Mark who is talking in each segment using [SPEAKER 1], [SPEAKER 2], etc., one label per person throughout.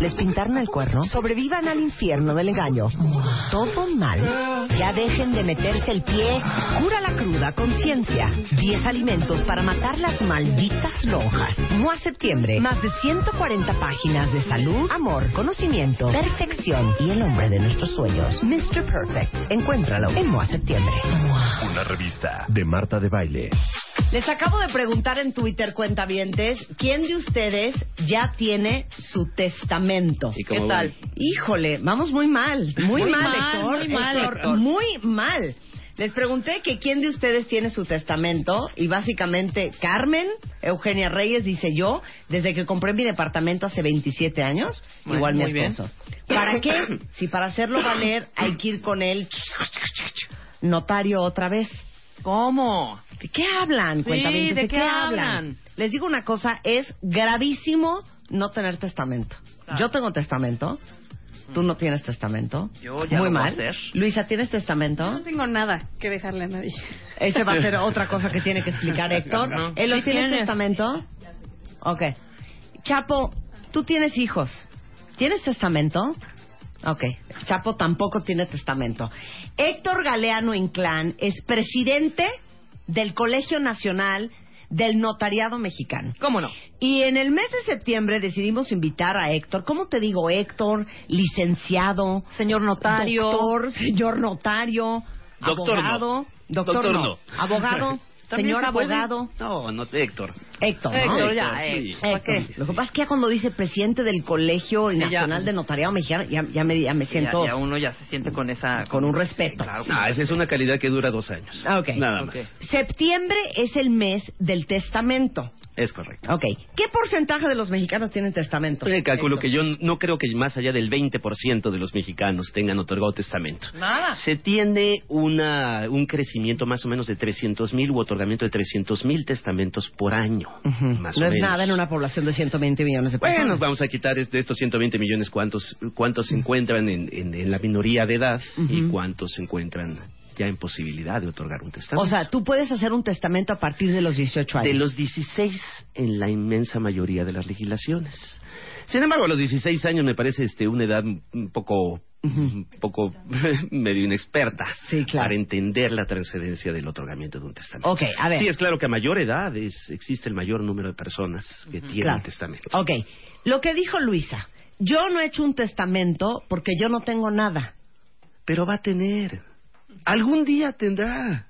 [SPEAKER 1] Les pintaron el cuerno, sobrevivan al infierno del engaño. Todo mal. Ya dejen de meterse el pie. Cura la cruda conciencia. 10 alimentos para matar las malditas lonjas. MOA Septiembre. Más de 140 páginas de salud, amor, conocimiento, perfección y el hombre de nuestros sueños. Mr. Perfect. Encuéntralo en MOA Septiembre.
[SPEAKER 2] Una revista de Marta de Baile.
[SPEAKER 3] Les acabo de preguntar en Twitter, cuentavientes, ¿quién de ustedes ya tiene su testamento?
[SPEAKER 4] ¿Y cómo ¿Qué tal? van?
[SPEAKER 3] Híjole, vamos muy mal, muy,
[SPEAKER 4] Muy
[SPEAKER 3] mal,
[SPEAKER 4] mal,
[SPEAKER 3] Héctor,
[SPEAKER 4] muy mal,
[SPEAKER 3] Héctor,
[SPEAKER 4] Héctor.
[SPEAKER 3] muy mal. Les pregunté que quién de ustedes tiene su testamento y básicamente Carmen Eugenia Reyes dice yo, desde que compré mi departamento hace 27 años,
[SPEAKER 4] Bueno,
[SPEAKER 3] igual mi
[SPEAKER 4] muy bien.
[SPEAKER 3] esposo. ¿Para qué? Si para hacerlo valer hay que ir con el notario otra vez.
[SPEAKER 4] ¿Cómo?
[SPEAKER 3] ¿De qué hablan?
[SPEAKER 4] Sí,
[SPEAKER 3] Cuentavientes?
[SPEAKER 4] ¿de qué hablan?
[SPEAKER 3] Les digo una cosa, es gravísimo no tener testamento.
[SPEAKER 4] Claro.
[SPEAKER 3] Yo tengo testamento, tú no tienes testamento.
[SPEAKER 4] Yo ya
[SPEAKER 3] Muy
[SPEAKER 4] lo voy a
[SPEAKER 3] mal.
[SPEAKER 4] hacer.
[SPEAKER 3] Luisa, ¿tienes testamento?
[SPEAKER 5] No tengo nada que dejarle a nadie.
[SPEAKER 3] Esa va a ser otra cosa que tiene que explicar Héctor.
[SPEAKER 4] No.
[SPEAKER 3] Elo,
[SPEAKER 5] Sí
[SPEAKER 3] ¿tienes
[SPEAKER 5] tienes.
[SPEAKER 3] testamento? Ok. Chapo, tú tienes hijos. ¿Tienes testamento? Ok. Chapo tampoco tiene testamento. Héctor Galeano Inclán es presidente del Colegio Nacional del Notariado Mexicano.
[SPEAKER 4] ¿Cómo no?
[SPEAKER 3] Y en el mes de septiembre decidimos invitar a Héctor. ¿Cómo te digo, Héctor? Licenciado.
[SPEAKER 5] Señor notario.
[SPEAKER 3] Doctor, señor notario.
[SPEAKER 4] Doctor no.
[SPEAKER 3] abogado. Doctor,
[SPEAKER 4] Doctor
[SPEAKER 3] no.
[SPEAKER 4] no.
[SPEAKER 3] Abogado.
[SPEAKER 4] ¿También
[SPEAKER 3] señor
[SPEAKER 4] se puede?
[SPEAKER 3] abogado.
[SPEAKER 6] No, no, Héctor.
[SPEAKER 3] Héctor, ¿no?
[SPEAKER 4] Héctor, ya,
[SPEAKER 6] sí.
[SPEAKER 4] Héctor.
[SPEAKER 3] Héctor. Lo que pasa es que ya cuando dice presidente del Colegio
[SPEAKER 4] ya.
[SPEAKER 3] Nacional de Notariado Mexicano, ya, ya me, ya me siento
[SPEAKER 4] Ya, ya uno ya se siente con esa...
[SPEAKER 3] con un respeto.
[SPEAKER 6] No, esa es una calidad que dura dos años.
[SPEAKER 3] Ah, ok.
[SPEAKER 6] Nada
[SPEAKER 4] Ok.
[SPEAKER 6] más.
[SPEAKER 3] Septiembre es el mes del testamento.
[SPEAKER 6] Es correcto.
[SPEAKER 3] Ok. ¿Qué porcentaje de los mexicanos tienen testamento?
[SPEAKER 6] Yo calculo
[SPEAKER 3] Héctor.
[SPEAKER 6] que yo no creo que más allá del 20% de los mexicanos tengan otorgado testamento.
[SPEAKER 3] Ah.
[SPEAKER 4] Nada.
[SPEAKER 6] Se tiene una, un crecimiento más o menos de 300.000 u otorgamiento de 300.000 testamentos por año.
[SPEAKER 3] Ujú.
[SPEAKER 6] más
[SPEAKER 3] No
[SPEAKER 6] o
[SPEAKER 3] es
[SPEAKER 6] menos.
[SPEAKER 3] nada en una población de 120 millones de personas.
[SPEAKER 6] Bueno, vamos a quitar es- de estos 120 millones cuántos, cuántos se encuentran en, en- en la minoría de edad y
[SPEAKER 3] Ujú.
[SPEAKER 6] cuántos se encuentran ya en posibilidad de otorgar un testamento.
[SPEAKER 3] O sea, tú puedes hacer un testamento a partir de los 18 años.
[SPEAKER 6] de los 16 en la inmensa mayoría de las legislaciones. Sin embargo, a los 16 años me parece este, una edad un poco, un poco medio inexperta
[SPEAKER 3] Sí, claro.
[SPEAKER 6] para entender la trascendencia del otorgamiento de un testamento.
[SPEAKER 3] Ok, a ver.
[SPEAKER 6] Sí, es claro que a mayor edad es- existe el mayor número de personas que tienen
[SPEAKER 3] Claro.
[SPEAKER 6] testamento.
[SPEAKER 3] Ok. Lo que dijo Luisa, yo no he hecho un testamento porque yo no tengo nada.
[SPEAKER 6] Pero va a tener. Algún día tendrá.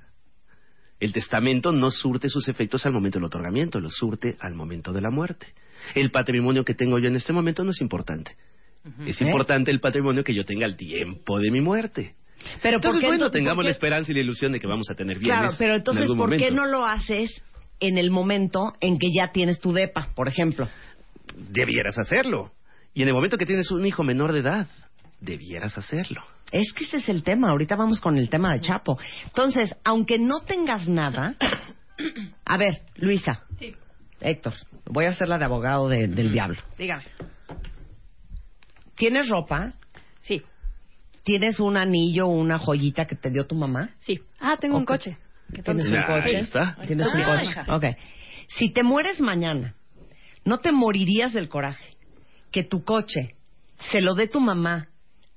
[SPEAKER 6] El testamento no surte sus efectos al momento del otorgamiento, lo surte al momento de la muerte. El patrimonio que tengo yo en este momento no es importante. Es
[SPEAKER 3] ¿Eh?
[SPEAKER 6] importante el patrimonio que yo tenga al tiempo de mi muerte.
[SPEAKER 3] Pero
[SPEAKER 6] Entonces,
[SPEAKER 3] ¿por qué
[SPEAKER 6] bueno,
[SPEAKER 3] ento-
[SPEAKER 6] tengamos
[SPEAKER 3] por qué-
[SPEAKER 6] la esperanza y la ilusión de que vamos a tener bienes.
[SPEAKER 3] Claro, pero
[SPEAKER 6] en
[SPEAKER 3] entonces,
[SPEAKER 6] algún
[SPEAKER 3] ¿por qué
[SPEAKER 6] momento.
[SPEAKER 3] no lo haces en el momento en que ya tienes tu DEPA, por ejemplo?
[SPEAKER 6] Debieras hacerlo. Y en el momento que tienes un hijo menor de edad, debieras hacerlo.
[SPEAKER 3] Es que ese es el tema. Ahorita vamos con el tema de Chapo. Entonces, aunque no tengas nada. A ver, Luisa.
[SPEAKER 5] Sí.
[SPEAKER 3] Héctor, voy a ser la de abogado de- del diablo.
[SPEAKER 5] Dígame.
[SPEAKER 3] ¿Tienes ropa?
[SPEAKER 5] Sí,
[SPEAKER 3] ¿Tienes un anillo o una joyita que te dio tu mamá?
[SPEAKER 5] sí. Ah, tengo un
[SPEAKER 3] Ok.
[SPEAKER 5] coche. Que
[SPEAKER 3] ¿Tienes un
[SPEAKER 6] Nah,
[SPEAKER 3] coche?
[SPEAKER 6] ahí está.
[SPEAKER 3] ¿Tienes un
[SPEAKER 5] Ah,
[SPEAKER 3] coche?
[SPEAKER 5] hija.
[SPEAKER 3] Ok. Si te mueres mañana, ¿no te morirías del coraje que tu coche se lo dé tu mamá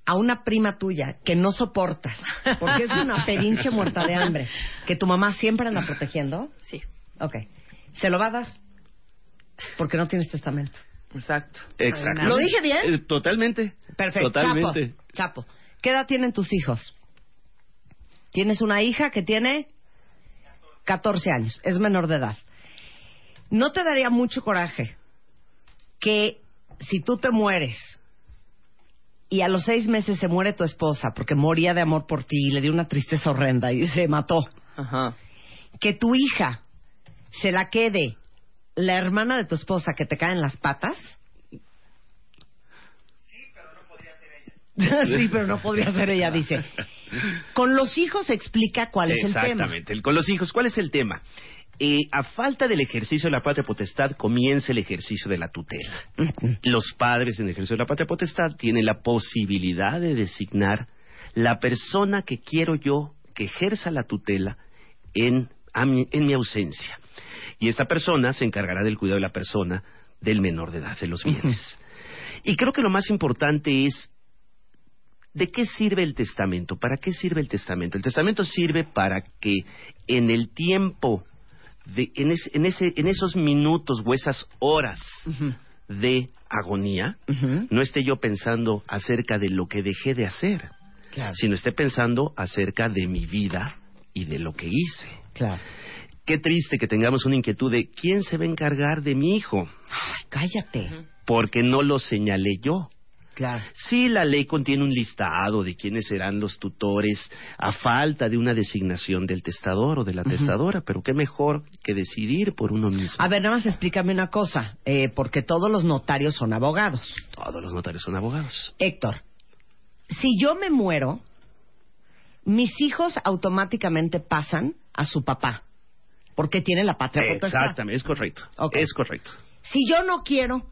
[SPEAKER 3] a una prima tuya que no soportas? Porque es una pedinche muerta de hambre que tu mamá siempre anda protegiendo.
[SPEAKER 5] Sí.
[SPEAKER 3] Ok. Se lo va a dar porque no tienes testamento.
[SPEAKER 4] Exacto.
[SPEAKER 6] Exacto.
[SPEAKER 3] ¿Lo dije bien?
[SPEAKER 6] Eh, totalmente.
[SPEAKER 3] Perfecto.
[SPEAKER 6] Totalmente.
[SPEAKER 3] Chapo, Chapo, ¿qué edad tienen tus hijos? Tienes una hija que tiene 14 años, es menor de edad. ¿No te daría mucho coraje que si tú te mueres, y a los seis meses se muere tu esposa porque moría de amor por ti y le dio una tristeza horrenda y se mató.
[SPEAKER 4] Ajá.
[SPEAKER 3] Que tu hija se la quede la hermana de tu esposa que te cae en las patas. Sí, pero no podría ser ella, dice. Con los hijos explica cuál es el tema.
[SPEAKER 6] Exactamente. El- Con los hijos, ¿cuál es el tema? Eh, a falta del ejercicio de la patria potestad, comienza el ejercicio de la tutela. Los padres en el ejercicio de la patria potestad tienen la posibilidad de designar la persona que quiero yo que ejerza la tutela en, a mi, en mi ausencia. Y esta persona se encargará del cuidado de la persona del menor de edad, de los bienes. Y creo que lo más importante es ¿De qué sirve el testamento? ¿Para qué sirve el testamento? El testamento sirve para que en el tiempo, de- en, es- en ese- en esos minutos o esas horas de agonía,
[SPEAKER 3] Ujú.
[SPEAKER 6] no esté yo pensando acerca de lo que dejé de hacer,
[SPEAKER 3] Claro,
[SPEAKER 6] sino esté pensando acerca de mi vida y de lo que hice.
[SPEAKER 3] claro.
[SPEAKER 6] Qué triste que tengamos una inquietud de quién se va a encargar de mi hijo,
[SPEAKER 3] Ay, cállate.
[SPEAKER 6] porque no lo señalé yo.
[SPEAKER 3] Claro.
[SPEAKER 6] Sí, la ley contiene un listado de quiénes serán los tutores a falta de una designación del testador o de la testadora, pero qué mejor que decidir por uno mismo.
[SPEAKER 3] A ver, nada más explícame una cosa, eh, porque todos los notarios son abogados.
[SPEAKER 6] Todos los notarios son abogados.
[SPEAKER 3] Héctor, si yo me muero, mis hijos automáticamente pasan a su papá, porque tiene la patria potestad.
[SPEAKER 6] Exactamente, es correcto.
[SPEAKER 3] Ok.
[SPEAKER 6] Es correcto.
[SPEAKER 3] Si yo no quiero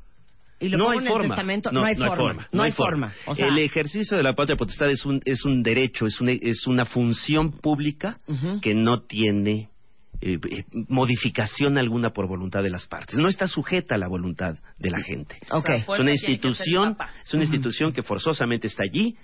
[SPEAKER 3] y lo
[SPEAKER 6] no
[SPEAKER 3] pongo
[SPEAKER 6] hay
[SPEAKER 3] en el
[SPEAKER 6] forma.
[SPEAKER 3] testamento, no, hay, forma, No hay forma. O sea,
[SPEAKER 6] el ejercicio de la patria potestad es un, es un derecho, es una, es una función pública
[SPEAKER 3] Ujú.
[SPEAKER 6] que no tiene eh, eh, modificación alguna por voluntad de las partes. No está sujeta a la voluntad de la gente.
[SPEAKER 3] ok.
[SPEAKER 4] Por eso
[SPEAKER 6] es una
[SPEAKER 4] tiene Pues que ser
[SPEAKER 6] institución,
[SPEAKER 4] papa.
[SPEAKER 6] es una institución que forzosamente está allí.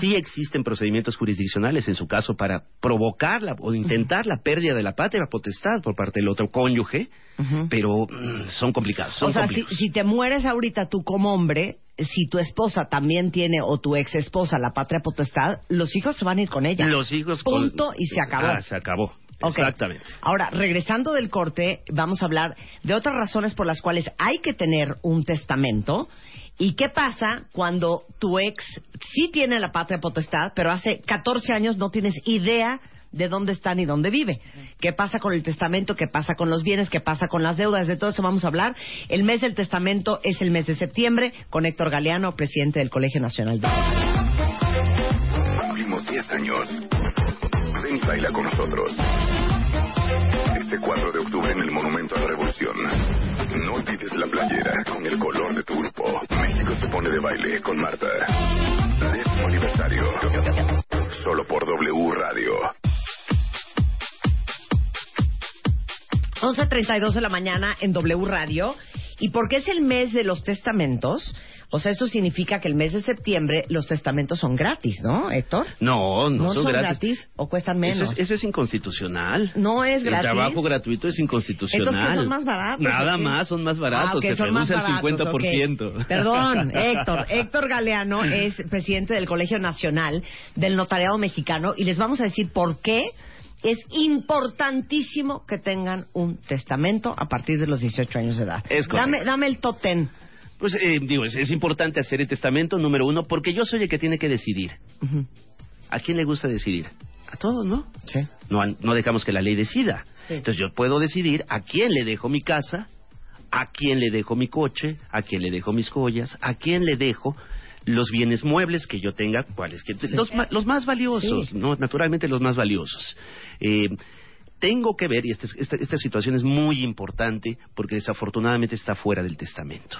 [SPEAKER 6] Sí existen procedimientos jurisdiccionales en su caso para provocar la- o intentar la pérdida de la patria potestad por parte del otro cónyuge,
[SPEAKER 3] Ujú.
[SPEAKER 6] pero mm, son complicados. Son
[SPEAKER 3] O sea, si,
[SPEAKER 6] complejos.
[SPEAKER 3] si te mueres ahorita tú como hombre, si tu esposa también tiene o tu ex esposa la patria potestad, los hijos se van a ir con ella.
[SPEAKER 6] Los hijos. con-
[SPEAKER 3] Punto y se acabó.
[SPEAKER 6] Ah, se acabó.
[SPEAKER 3] Ok.
[SPEAKER 6] Exactamente.
[SPEAKER 3] Ahora, regresando del corte, vamos a hablar de otras razones por las cuales hay que tener un testamento y qué pasa cuando tu ex sí tiene la patria potestad, pero hace 14 años no tienes idea de dónde está ni dónde vive. ¿Qué pasa con el testamento? ¿Qué pasa con los bienes? ¿Qué pasa con las deudas? De todo eso vamos a hablar. El mes del testamento es el mes de septiembre con Héctor Galeano, presidente del Colegio Nacional de...
[SPEAKER 7] Cumplimos 10 años. Ven y baila con nosotros. Este 4 de octubre en el Monumento a la Revolución. No olvides la playera con el color de tu grupo. México se pone de baile con Marta. Décimo aniversario. Solo por W Radio.
[SPEAKER 3] 11.32 de la mañana en W Radio. Y porque es el mes de los testamentos, o sea, eso significa que el mes de septiembre los testamentos son gratis, ¿no, Héctor?
[SPEAKER 6] No, no,
[SPEAKER 3] ¿No
[SPEAKER 6] son, gratis.
[SPEAKER 3] o cuestan
[SPEAKER 6] Eso
[SPEAKER 3] menos?
[SPEAKER 6] es, eso es inconstitucional.
[SPEAKER 3] No es gratis.
[SPEAKER 6] El trabajo gratuito es inconstitucional.
[SPEAKER 3] Entonces, ¿qué son más baratos?
[SPEAKER 6] Nada
[SPEAKER 3] ¿O qué?
[SPEAKER 6] más, son más baratos.
[SPEAKER 3] Ah, ok,
[SPEAKER 6] se
[SPEAKER 3] son más
[SPEAKER 6] reduce al
[SPEAKER 3] baratos,
[SPEAKER 6] 50%.
[SPEAKER 3] ok. Perdón, Héctor. Héctor Galeano es presidente del Colegio Nacional del Notariado Mexicano y les vamos a decir por qué es importantísimo que tengan un testamento a partir de los 18 años de edad.
[SPEAKER 6] Es correcto.
[SPEAKER 3] dame, dame el totem.
[SPEAKER 6] Pues eh, digo, es, es importante hacer el testamento, número uno, porque yo soy el que tiene que decidir. ¿A quién le gusta decidir? A todos, ¿no?
[SPEAKER 3] Sí.
[SPEAKER 6] No, han- no dejamos que la ley decida.
[SPEAKER 3] Sí.
[SPEAKER 6] Entonces yo puedo decidir a quién le dejo mi casa, a quién le dejo mi coche, a quién le dejo mis joyas, a quién le dejo los bienes muebles que yo tenga, cuáles que los, ma- los más valiosos,
[SPEAKER 3] Sí.
[SPEAKER 6] no, naturalmente los más valiosos. Eh, tengo que ver, y este es- esta, esta situación es muy importante porque desafortunadamente está fuera del testamento.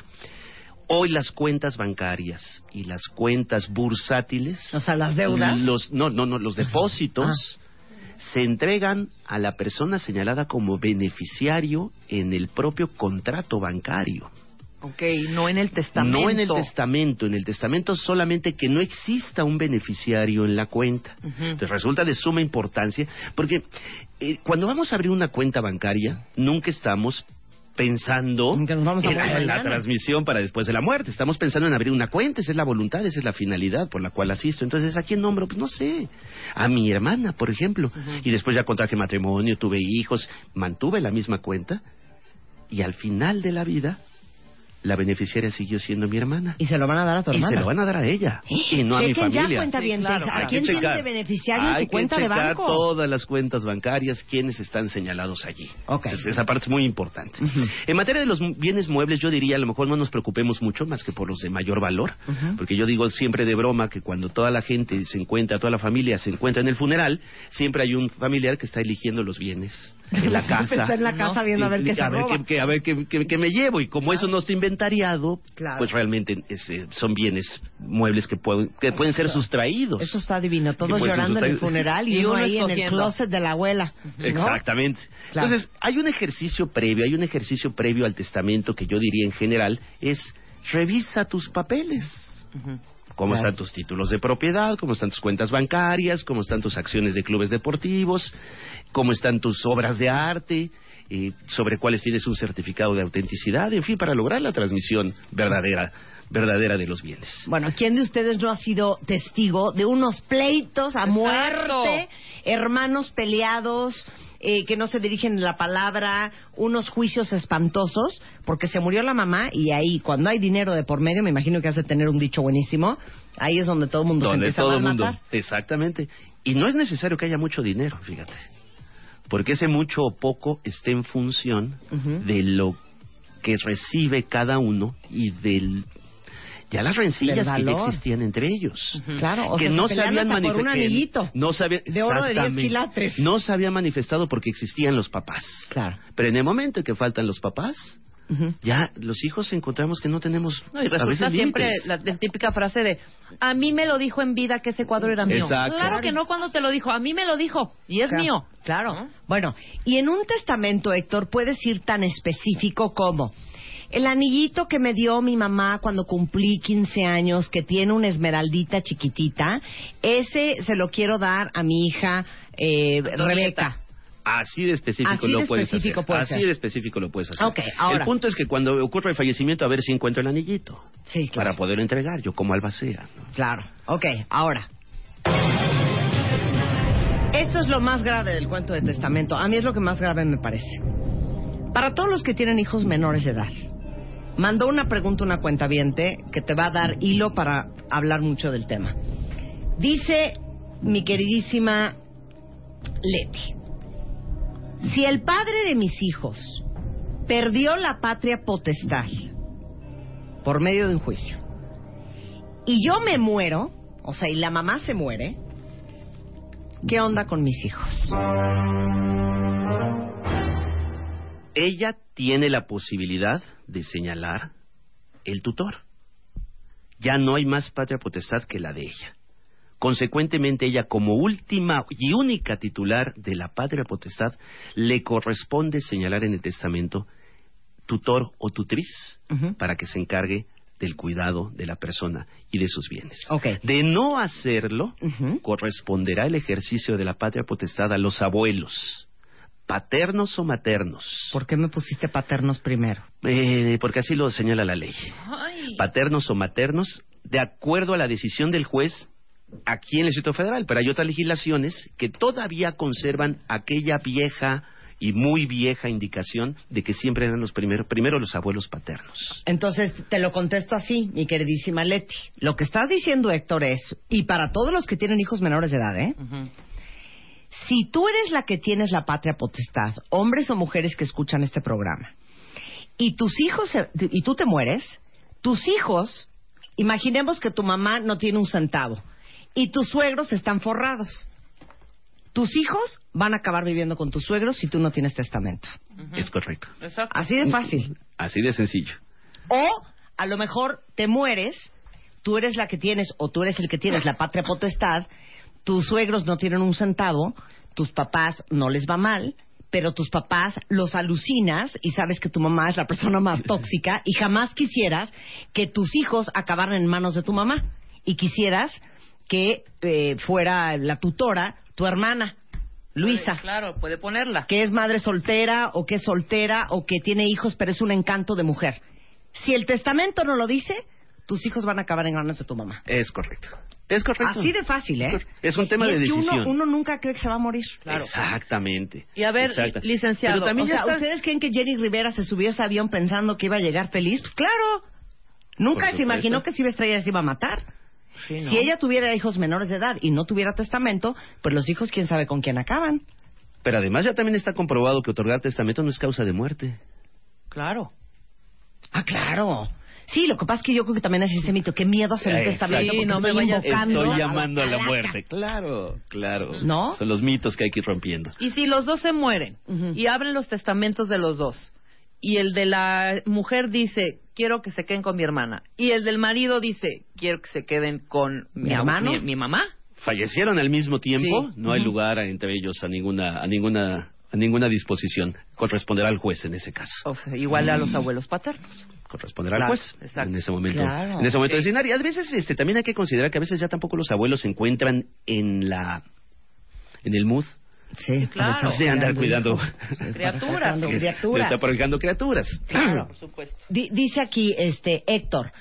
[SPEAKER 6] Hoy las cuentas bancarias y las cuentas bursátiles
[SPEAKER 3] O sea, las deudas. Ah.
[SPEAKER 6] los, no, no, no, los depósitos se entregan a la persona señalada como beneficiario en el propio contrato bancario.
[SPEAKER 4] Ok, no en el testamento.
[SPEAKER 6] No en el testamento, en el testamento solamente que no exista un beneficiario en la cuenta. Entonces resulta de suma importancia, porque eh, cuando vamos a abrir una cuenta bancaria, nunca estamos pensando
[SPEAKER 3] En que nos vamos a
[SPEAKER 6] en la-
[SPEAKER 3] morir
[SPEAKER 6] en la
[SPEAKER 3] mañana.
[SPEAKER 6] transmisión para después de la muerte. Estamos pensando en abrir una cuenta, esa es la voluntad, esa es la finalidad por la cual asisto. Entonces, ¿a quién nombro? Pues no sé. A mi hermana, por ejemplo. Y después ya contraje matrimonio, tuve hijos, mantuve la misma cuenta. Y al final de la vida, la beneficiaria siguió siendo mi hermana.
[SPEAKER 3] Y se lo van a dar a tu
[SPEAKER 6] Y
[SPEAKER 3] hermana. ¿Eh?
[SPEAKER 6] se lo van a dar a ella. Y no a mi
[SPEAKER 3] Chequen ya
[SPEAKER 6] familia.
[SPEAKER 3] cuenta bien,
[SPEAKER 5] Sí, claro.
[SPEAKER 3] ¿a quién
[SPEAKER 6] que
[SPEAKER 3] tiene
[SPEAKER 6] checar.
[SPEAKER 3] de beneficiario en
[SPEAKER 6] Hay
[SPEAKER 3] su cuenta
[SPEAKER 6] que
[SPEAKER 3] de
[SPEAKER 6] checar
[SPEAKER 3] banco?
[SPEAKER 6] todas las cuentas bancarias, quiénes están señalados allí.
[SPEAKER 3] Ok.
[SPEAKER 6] Entonces, Esa parte es muy importante. En materia de los mu- bienes muebles, yo diría, a lo mejor no nos preocupemos mucho más que por los de mayor valor, porque yo digo siempre de broma que cuando toda la gente se encuentra, toda la familia se encuentra en el funeral, siempre hay un familiar que está eligiendo los bienes en la casa.
[SPEAKER 3] Está en la casa viendo a ver qué se
[SPEAKER 6] a ver,
[SPEAKER 3] roba.
[SPEAKER 6] qué- qué- a ver qué- qué- qué me llevo. Y como eso no está inventariado,
[SPEAKER 3] Claro.
[SPEAKER 6] pues realmente es, eh, son bienes muebles que pueden, que pueden ser sustraídos.
[SPEAKER 3] Eso está divino. Todos
[SPEAKER 6] Y pues,
[SPEAKER 3] llorando en el
[SPEAKER 6] usted-
[SPEAKER 3] funeral y,
[SPEAKER 5] Y
[SPEAKER 3] uno,
[SPEAKER 5] uno
[SPEAKER 3] ahí en el
[SPEAKER 5] escogiendo.
[SPEAKER 3] closet de la abuela. ¿no?
[SPEAKER 6] Exactamente.
[SPEAKER 3] Claro.
[SPEAKER 6] Entonces, hay un ejercicio previo, hay un ejercicio previo al testamento que yo diría en general es revisa tus papeles. Cómo
[SPEAKER 3] Claro.
[SPEAKER 6] están tus títulos de propiedad, cómo están tus cuentas bancarias, cómo están tus acciones de clubes deportivos, cómo están tus obras de arte, eh, sobre cuáles tienes un certificado de autenticidad, en fin, para lograr la transmisión verdadera, verdadera de los bienes.
[SPEAKER 3] Bueno, ¿quién de ustedes no ha sido testigo de unos pleitos a
[SPEAKER 5] Exacto.
[SPEAKER 3] muerte? Hermanos peleados, eh, que no se dirigen la palabra, unos juicios espantosos, porque se murió la mamá y ahí, cuando hay dinero de por medio, me imagino que hace tener un dicho buenísimo, ahí es donde todo el mundo
[SPEAKER 6] donde
[SPEAKER 3] se Pues empieza
[SPEAKER 6] todo
[SPEAKER 3] a
[SPEAKER 6] el mundo.
[SPEAKER 3] matar.
[SPEAKER 6] Exactamente. Y no es necesario que haya mucho dinero, fíjate. Porque ese mucho o poco esté en función
[SPEAKER 3] Ujú.
[SPEAKER 6] de lo que recibe cada uno y del ya las
[SPEAKER 3] Del
[SPEAKER 6] rencillas que ya
[SPEAKER 3] valor.
[SPEAKER 6] existían entre ellos.
[SPEAKER 3] Claro, o
[SPEAKER 6] que
[SPEAKER 3] sea,
[SPEAKER 6] no
[SPEAKER 3] se
[SPEAKER 6] se
[SPEAKER 3] pelean
[SPEAKER 6] habían
[SPEAKER 3] hasta por un
[SPEAKER 6] manifestado.
[SPEAKER 3] anillito.
[SPEAKER 6] No se había-
[SPEAKER 3] de oro de diez
[SPEAKER 6] exactamente.
[SPEAKER 3] quilates.
[SPEAKER 6] No se había manifestado porque existían los papás.
[SPEAKER 3] Claro.
[SPEAKER 6] Pero en el momento en que faltan los papás,
[SPEAKER 3] Ujú.
[SPEAKER 6] ya los hijos encontramos que no tenemos.
[SPEAKER 4] No, y resulta
[SPEAKER 6] a veces
[SPEAKER 4] siempre
[SPEAKER 6] límites.
[SPEAKER 4] la, la típica frase de a mí me lo dijo en vida que ese cuadro era mío.
[SPEAKER 6] Exacto.
[SPEAKER 4] Claro que no cuando te lo dijo, a mí me lo dijo y es
[SPEAKER 3] Claro,
[SPEAKER 4] mío.
[SPEAKER 3] Claro. Bueno, y en un testamento, Héctor, puedes ir tan específico como el anillito que me dio mi mamá cuando cumplí 15 años, que tiene una esmeraldita chiquitita, ese se lo quiero dar a mi hija eh,
[SPEAKER 4] Antonieta.
[SPEAKER 3] Rebeca.
[SPEAKER 6] Así de específico
[SPEAKER 3] Así
[SPEAKER 6] lo
[SPEAKER 3] de
[SPEAKER 6] puedes
[SPEAKER 3] específico
[SPEAKER 6] hacer.
[SPEAKER 3] puede
[SPEAKER 6] Así
[SPEAKER 3] ser.
[SPEAKER 6] de específico lo puedes hacer.
[SPEAKER 3] Ok, ahora.
[SPEAKER 6] El punto es que cuando ocurre el fallecimiento, a ver si encuentro el anillito.
[SPEAKER 3] Sí,
[SPEAKER 6] Para poder entregar, yo como albacea. ¿no?
[SPEAKER 3] Claro. Ok, ahora. Esto es lo más grave del cuento de testamento. A mí es lo que más grave me parece. Para todos los que tienen hijos menores de edad, mandó una pregunta una cuenta que te va a dar hilo para hablar mucho del tema. Dice mi queridísima Leti, si el padre de mis hijos perdió la patria potestad por medio de un juicio, y yo me muero, o sea, y la mamá se muere, ¿qué onda con mis hijos?
[SPEAKER 6] Ella tiene la posibilidad de señalar el tutor. Ya no hay más patria potestad que la de ella. Consecuentemente, ella, como última y única titular de la patria potestad, le corresponde señalar en el testamento tutor o tutriz
[SPEAKER 3] Ujú.
[SPEAKER 6] para que se encargue del cuidado de la persona y de sus bienes.
[SPEAKER 3] Ok.
[SPEAKER 6] De no hacerlo,
[SPEAKER 3] Ujú.
[SPEAKER 6] corresponderá el ejercicio de la patria potestad a los abuelos, paternos o maternos,
[SPEAKER 3] ¿Por qué me pusiste paternos primero?
[SPEAKER 6] Eh, porque así lo señala la ley, paternos o maternos, de acuerdo a la decisión del juez aquí en el Distrito Federal, pero hay otras legislaciones que todavía conservan aquella vieja y muy vieja indicación de que siempre eran los primeros, primero los abuelos paternos.
[SPEAKER 3] Entonces, te lo contesto así, mi queridísima Leti. Lo que estás diciendo, Héctor, es, y para todos los que tienen hijos menores de edad, ¿eh? Si tú eres la que tienes la patria potestad, hombres o mujeres que escuchan este programa, y tus hijos, se- y tú te mueres, tus hijos, imaginemos que tu mamá no tiene un centavo, y tus suegros están forrados. Tus hijos van a acabar viviendo con tus suegros si tú no tienes testamento.
[SPEAKER 6] Es correcto.
[SPEAKER 3] Así de fácil.
[SPEAKER 6] Así de sencillo.
[SPEAKER 3] O a lo mejor te mueres, tú eres la que tienes o tú eres el que tienes la patria potestad, tus suegros no tienen un centavo, tus papás no les va mal, pero tus papás los alucinas y sabes que tu mamá es la persona más tóxica y jamás quisieras que tus hijos acabaran en manos de tu mamá y quisieras que eh, fuera la tutora tu hermana, Luisa
[SPEAKER 4] Claro, puede ponerla.
[SPEAKER 3] que es madre soltera o que es soltera o que tiene hijos, pero es un encanto de mujer. Si el testamento no lo dice, tus hijos van a acabar en manos de tu mamá.
[SPEAKER 6] Es correcto. Es correcto.
[SPEAKER 3] Así de fácil, ¿eh?
[SPEAKER 6] Es un tema
[SPEAKER 3] Y
[SPEAKER 6] de
[SPEAKER 3] es que uno-
[SPEAKER 6] decisión.
[SPEAKER 3] uno nunca cree que se va a morir.
[SPEAKER 6] Exactamente.
[SPEAKER 4] Y a ver,
[SPEAKER 6] Exacta.
[SPEAKER 4] li- licenciado,
[SPEAKER 6] Pero también
[SPEAKER 3] o
[SPEAKER 6] ya
[SPEAKER 3] sea,
[SPEAKER 6] está-
[SPEAKER 3] ¿ustedes creen que Jenny Rivera se subió a ese avión pensando que iba a llegar feliz? Pues claro. Nunca
[SPEAKER 6] Por
[SPEAKER 3] se imaginó
[SPEAKER 6] supuesto.
[SPEAKER 3] que si iba a estrellar se iba a matar. Si ella tuviera hijos menores de edad y no tuviera testamento, pues los hijos quién sabe con quién acaban.
[SPEAKER 6] Pero además ya también está comprobado que otorgar testamento no es causa de muerte.
[SPEAKER 3] Claro. Ah, claro. Sí, lo que pasa es que yo creo que también es ese mito. Qué miedo hacer el
[SPEAKER 6] Eh,
[SPEAKER 3] testamento.
[SPEAKER 6] exacto.
[SPEAKER 3] porque
[SPEAKER 4] Sí, no me
[SPEAKER 3] estoy
[SPEAKER 4] vayas-
[SPEAKER 3] invocando
[SPEAKER 6] Estoy llamando a la
[SPEAKER 3] calaca.
[SPEAKER 6] muerte. Claro, claro.
[SPEAKER 3] ¿No?
[SPEAKER 6] Son los mitos que hay que ir rompiendo.
[SPEAKER 4] Y si los dos se mueren
[SPEAKER 3] Ujú.
[SPEAKER 4] y abren los testamentos de los dos, y el de la mujer dice, quiero que se queden con mi hermana, y el del marido dice, quiero que se queden con
[SPEAKER 3] ¿Mi
[SPEAKER 4] mi, abu-
[SPEAKER 3] hermano?
[SPEAKER 4] mi, mi mamá.
[SPEAKER 6] Fallecieron al mismo tiempo,
[SPEAKER 4] Sí.
[SPEAKER 6] no hay lugar a- entre ellos a ninguna, a ninguna, a ninguna disposición. Corresponderá al juez en ese caso.
[SPEAKER 4] O sea, igual a los abuelos paternos.
[SPEAKER 6] Corresponderá
[SPEAKER 4] Claro,
[SPEAKER 6] al juez
[SPEAKER 4] exacto.
[SPEAKER 6] en ese momento.
[SPEAKER 3] Pues, Claro.
[SPEAKER 6] En ese momento
[SPEAKER 4] Sí.
[SPEAKER 6] designar. Y a veces este, también hay que considerar que a veces ya tampoco los abuelos se encuentran en la, en el mood
[SPEAKER 3] Sí,
[SPEAKER 4] claro.
[SPEAKER 3] para estar
[SPEAKER 6] de andar
[SPEAKER 3] cuidando
[SPEAKER 6] cuidando
[SPEAKER 3] hijos.
[SPEAKER 4] Criaturas.
[SPEAKER 3] Criaturas.
[SPEAKER 6] Es-
[SPEAKER 3] Criaturas.
[SPEAKER 6] de estar forjando criaturas.
[SPEAKER 3] Claro.
[SPEAKER 4] supuesto.
[SPEAKER 3] Di- dice aquí este Héctor,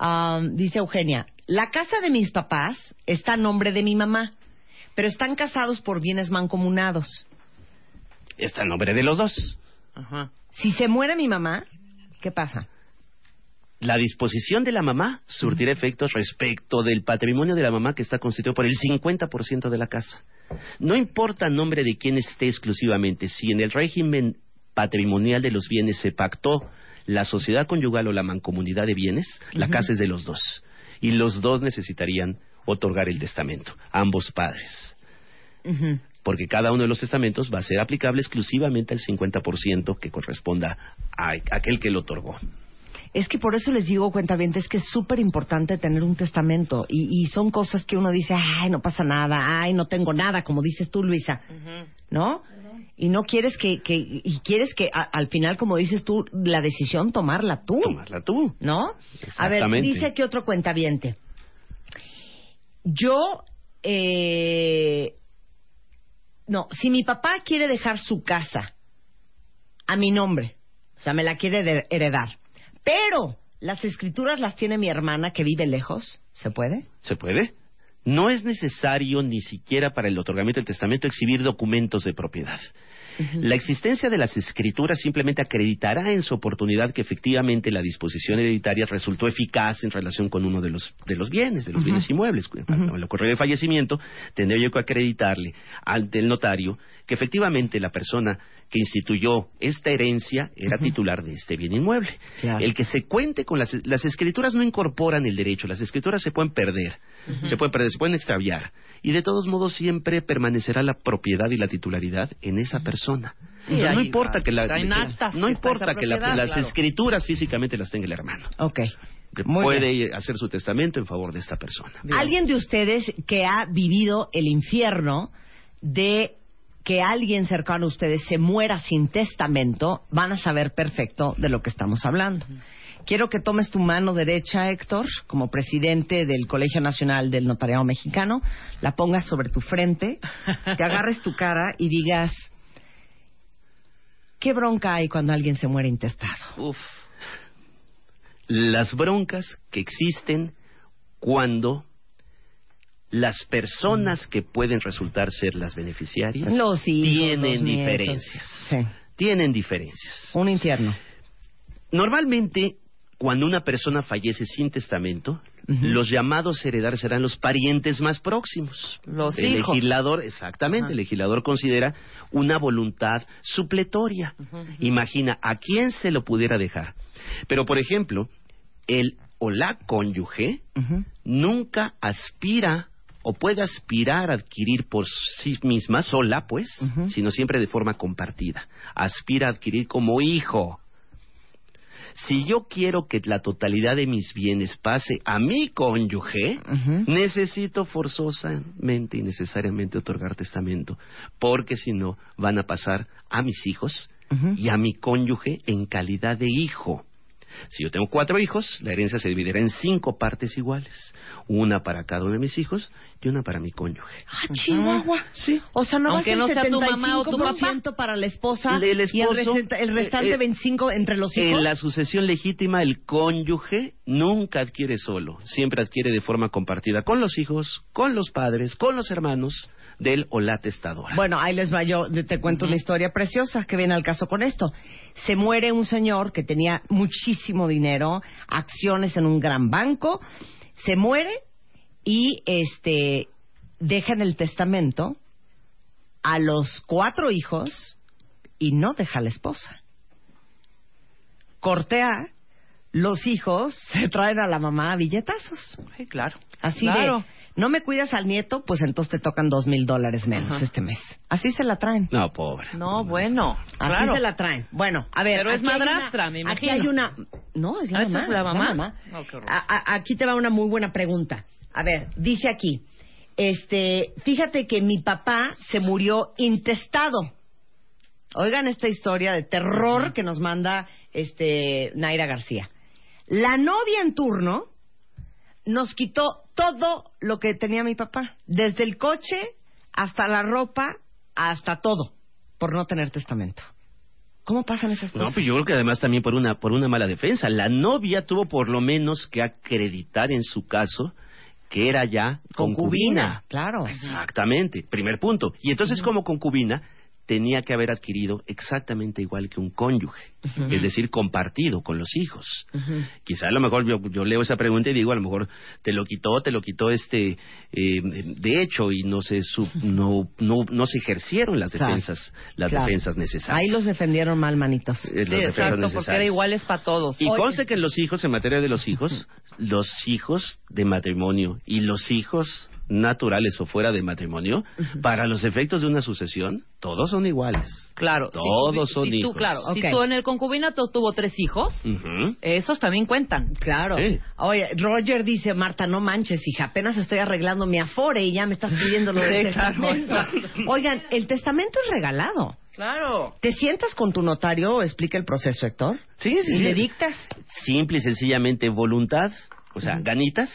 [SPEAKER 3] am, dice Eugenia, la casa de mis papás está a nombre de mi mamá, pero están casados por bienes mancomunados.
[SPEAKER 6] Está en nombre de los dos.
[SPEAKER 4] Ajá.
[SPEAKER 3] Si se muere mi mamá, ¿qué pasa?
[SPEAKER 6] La disposición de la mamá surtirá efectos respecto del patrimonio de la mamá que está constituido por el 50% de la casa. No importa el nombre de quién esté exclusivamente, si en el régimen patrimonial de los bienes se pactó la sociedad conyugal o la mancomunidad de bienes, la casa es de los dos. Y los dos necesitarían otorgar el testamento, ambos padres. porque cada uno de los testamentos va a ser aplicable exclusivamente al 50% que corresponda a aquel que lo otorgó.
[SPEAKER 3] Es que por eso les digo, cuentavientes, que es súper importante tener un testamento y, y son cosas que uno dice, ay, no pasa nada, ay, no tengo nada, como dices tú, Luisa, ¿no? Y no quieres que, que y quieres que a- al final, como dices tú, la decisión tomarla tú.
[SPEAKER 6] Tomarla tú.
[SPEAKER 3] ¿no? A ver,
[SPEAKER 6] Exactamente.
[SPEAKER 3] dice que otro cuentaviente. Yo, eh, no, si mi papá quiere dejar su casa a mi nombre, o sea, me la quiere de- heredar, pero las escrituras las tiene mi hermana que vive lejos, ¿se puede?
[SPEAKER 6] ¿Se puede? No es necesario ni siquiera para el otorgamiento del testamento exhibir documentos de propiedad. La existencia de las escrituras simplemente acreditará en su oportunidad que efectivamente la disposición hereditaria resultó eficaz en relación con uno de los, de los bienes, de los bienes inmuebles. Cuando le ocurrió el fallecimiento, tendría yo que acreditarle ante el notario que efectivamente la persona que instituyó esta herencia era titular de este bien inmueble.
[SPEAKER 3] Claro.
[SPEAKER 6] El que se cuente con las, las escrituras no incorporan el derecho, las escrituras se pueden perder, se pueden perder, se pueden extraviar y de todos modos siempre permanecerá la propiedad y la titularidad en esa persona.
[SPEAKER 4] Sí,
[SPEAKER 6] O sea, no
[SPEAKER 4] ahí
[SPEAKER 6] importa
[SPEAKER 4] va.
[SPEAKER 6] que, la-
[SPEAKER 4] Está en
[SPEAKER 6] que-
[SPEAKER 4] actas
[SPEAKER 6] no
[SPEAKER 4] que está
[SPEAKER 6] importa
[SPEAKER 4] esa
[SPEAKER 6] que la-
[SPEAKER 4] propiedad,
[SPEAKER 6] las
[SPEAKER 4] claro.
[SPEAKER 6] escrituras físicamente las tenga el hermano,
[SPEAKER 3] Ok.
[SPEAKER 6] que
[SPEAKER 3] Muy
[SPEAKER 6] puede hacer su testamento en favor de esta persona.
[SPEAKER 3] ¿Alguien de ustedes que ha vivido el infierno de que alguien cercano a ustedes se muera sin testamento, van a saber perfecto de lo que estamos hablando. Quiero que tomes tu mano derecha, Héctor, como presidente del Colegio Nacional del Notariado Mexicano, la pongas sobre tu frente, te agarres tu cara y digas, ¿qué bronca hay cuando alguien se muere intestado?
[SPEAKER 4] Uf.
[SPEAKER 6] Las broncas que existen cuando las
[SPEAKER 4] Mm.
[SPEAKER 6] personas que pueden resultar ser las beneficiarias
[SPEAKER 3] Los hijos,
[SPEAKER 6] tienen
[SPEAKER 3] los nietos.
[SPEAKER 6] diferencias,
[SPEAKER 3] Sí,
[SPEAKER 6] tienen diferencias.
[SPEAKER 3] un infierno.
[SPEAKER 6] Normalmente, cuando una persona fallece sin testamento, los llamados a heredar serán los parientes más próximos.
[SPEAKER 4] Los
[SPEAKER 6] el
[SPEAKER 4] hijos.
[SPEAKER 6] legislador, exactamente,
[SPEAKER 4] Ajá.
[SPEAKER 6] el legislador considera una voluntad supletoria. Imagina a quién se lo pudiera dejar. Pero, por ejemplo, el o la cónyuge
[SPEAKER 3] Ujú.
[SPEAKER 6] nunca aspira o puede aspirar a adquirir por sí misma sola, pues,
[SPEAKER 3] Ujú.
[SPEAKER 6] sino siempre de forma compartida. Aspira a adquirir como hijo. Si yo quiero que la totalidad de mis bienes pase a mi cónyuge,
[SPEAKER 3] Ujú.
[SPEAKER 6] necesito forzosamente y necesariamente otorgar testamento, porque si no van a pasar a mis hijos
[SPEAKER 3] Ujú.
[SPEAKER 6] y a mi cónyuge en calidad de hijo. Si yo tengo cuatro hijos, la herencia se dividirá en cinco partes iguales. Una para cada uno de mis hijos y una para mi cónyuge.
[SPEAKER 3] Ah, Chihuahua.
[SPEAKER 6] Sí.
[SPEAKER 3] O sea, no
[SPEAKER 4] Aunque
[SPEAKER 3] va a
[SPEAKER 4] no
[SPEAKER 3] ser
[SPEAKER 4] sea tu mamá o tu
[SPEAKER 3] 75% para la esposa
[SPEAKER 6] El
[SPEAKER 3] y el,
[SPEAKER 6] esposo,
[SPEAKER 3] resta- el restante
[SPEAKER 6] eh, eh,
[SPEAKER 3] 25 entre los hijos.
[SPEAKER 6] En la sucesión legítima, el cónyuge nunca adquiere solo, siempre adquiere de forma compartida con los hijos, con los padres, con los hermanos del o la testadora.
[SPEAKER 3] Bueno, ahí les va yo, de- te cuento una historia preciosa que viene al caso con esto. Se muere un señor que tenía muchísimo dinero, acciones en un gran banco, se muere y este deja en el testamento a los cuatro hijos y no deja a la esposa. Cortea, los hijos se traen a la mamá a billetazos.
[SPEAKER 4] Sí, claro.
[SPEAKER 3] Así
[SPEAKER 4] claro.
[SPEAKER 3] de, no me cuidas al nieto, pues entonces te tocan dos mil dólares menos
[SPEAKER 4] Ajá.
[SPEAKER 3] este mes. Así se la traen.
[SPEAKER 6] No, pobre.
[SPEAKER 4] No, bueno.
[SPEAKER 3] Así
[SPEAKER 4] claro.
[SPEAKER 3] se la traen. Bueno, a ver.
[SPEAKER 4] Pero es
[SPEAKER 3] aquí hay
[SPEAKER 4] madrastra,
[SPEAKER 3] una-
[SPEAKER 4] me
[SPEAKER 3] Aquí
[SPEAKER 4] imagino.
[SPEAKER 3] hay una. No, es la
[SPEAKER 4] Ah,
[SPEAKER 3] mamá.
[SPEAKER 4] esa es la
[SPEAKER 3] es
[SPEAKER 4] mamá. Ah, No, qué horror.
[SPEAKER 3] A- a- aquí te va una muy buena pregunta. A ver, dice aquí. Este, fíjate que mi papá se murió intestado. Oigan esta historia de terror que nos manda este Naira García. La novia en turno nos quitó todo lo que tenía mi papá, desde el coche hasta la ropa, hasta todo, por no tener testamento. ¿Cómo pasan esas cosas?
[SPEAKER 6] No, pues yo creo que además también por una, por una mala defensa. La novia tuvo por lo menos que acreditar en su caso que era ya concubina.
[SPEAKER 3] Claro.
[SPEAKER 6] Exactamente, primer punto. Y entonces como concubina tenía que haber adquirido exactamente igual que un cónyuge, es decir, compartido con los hijos. Quizá a lo mejor yo, yo leo esa pregunta y digo, a lo mejor te lo quitó, te lo quitó este eh, de hecho y no se sub- no, no no se ejercieron las
[SPEAKER 3] Claro,
[SPEAKER 6] defensas las
[SPEAKER 3] claro.
[SPEAKER 6] defensas necesarias.
[SPEAKER 3] Ahí los defendieron mal, manitos.
[SPEAKER 6] Eh, las
[SPEAKER 4] Sí,
[SPEAKER 6] defensas
[SPEAKER 4] exacto, porque
[SPEAKER 6] necesarias.
[SPEAKER 4] era iguales para todos.
[SPEAKER 6] Y
[SPEAKER 4] Oye,
[SPEAKER 6] conste que los hijos, en materia de los hijos, los hijos de matrimonio y los hijos naturales o fuera de matrimonio, para los efectos de una sucesión, todos son iguales.
[SPEAKER 4] Claro. si
[SPEAKER 6] Todos
[SPEAKER 4] tuvi-
[SPEAKER 6] son
[SPEAKER 4] si tú,
[SPEAKER 6] hijos.
[SPEAKER 4] Claro,
[SPEAKER 3] Ok.
[SPEAKER 4] si tú en el concubinato tuvo tres hijos,
[SPEAKER 6] Ujú.
[SPEAKER 4] esos también cuentan.
[SPEAKER 3] Claro.
[SPEAKER 6] Sí.
[SPEAKER 3] Oye, Roger dice, Marta, no manches, hija, apenas estoy arreglando mi afore y ya me estás pidiendo lo del
[SPEAKER 4] Sí, claro,
[SPEAKER 3] testamento. Oigan, el testamento es regalado.
[SPEAKER 4] Claro.
[SPEAKER 3] ¿Te sientas con tu notario, explica el proceso, Héctor?
[SPEAKER 6] Sí, sí,
[SPEAKER 3] Y
[SPEAKER 6] sí.
[SPEAKER 3] le dictas.
[SPEAKER 6] Simple y sencillamente voluntad, o sea, ganitas,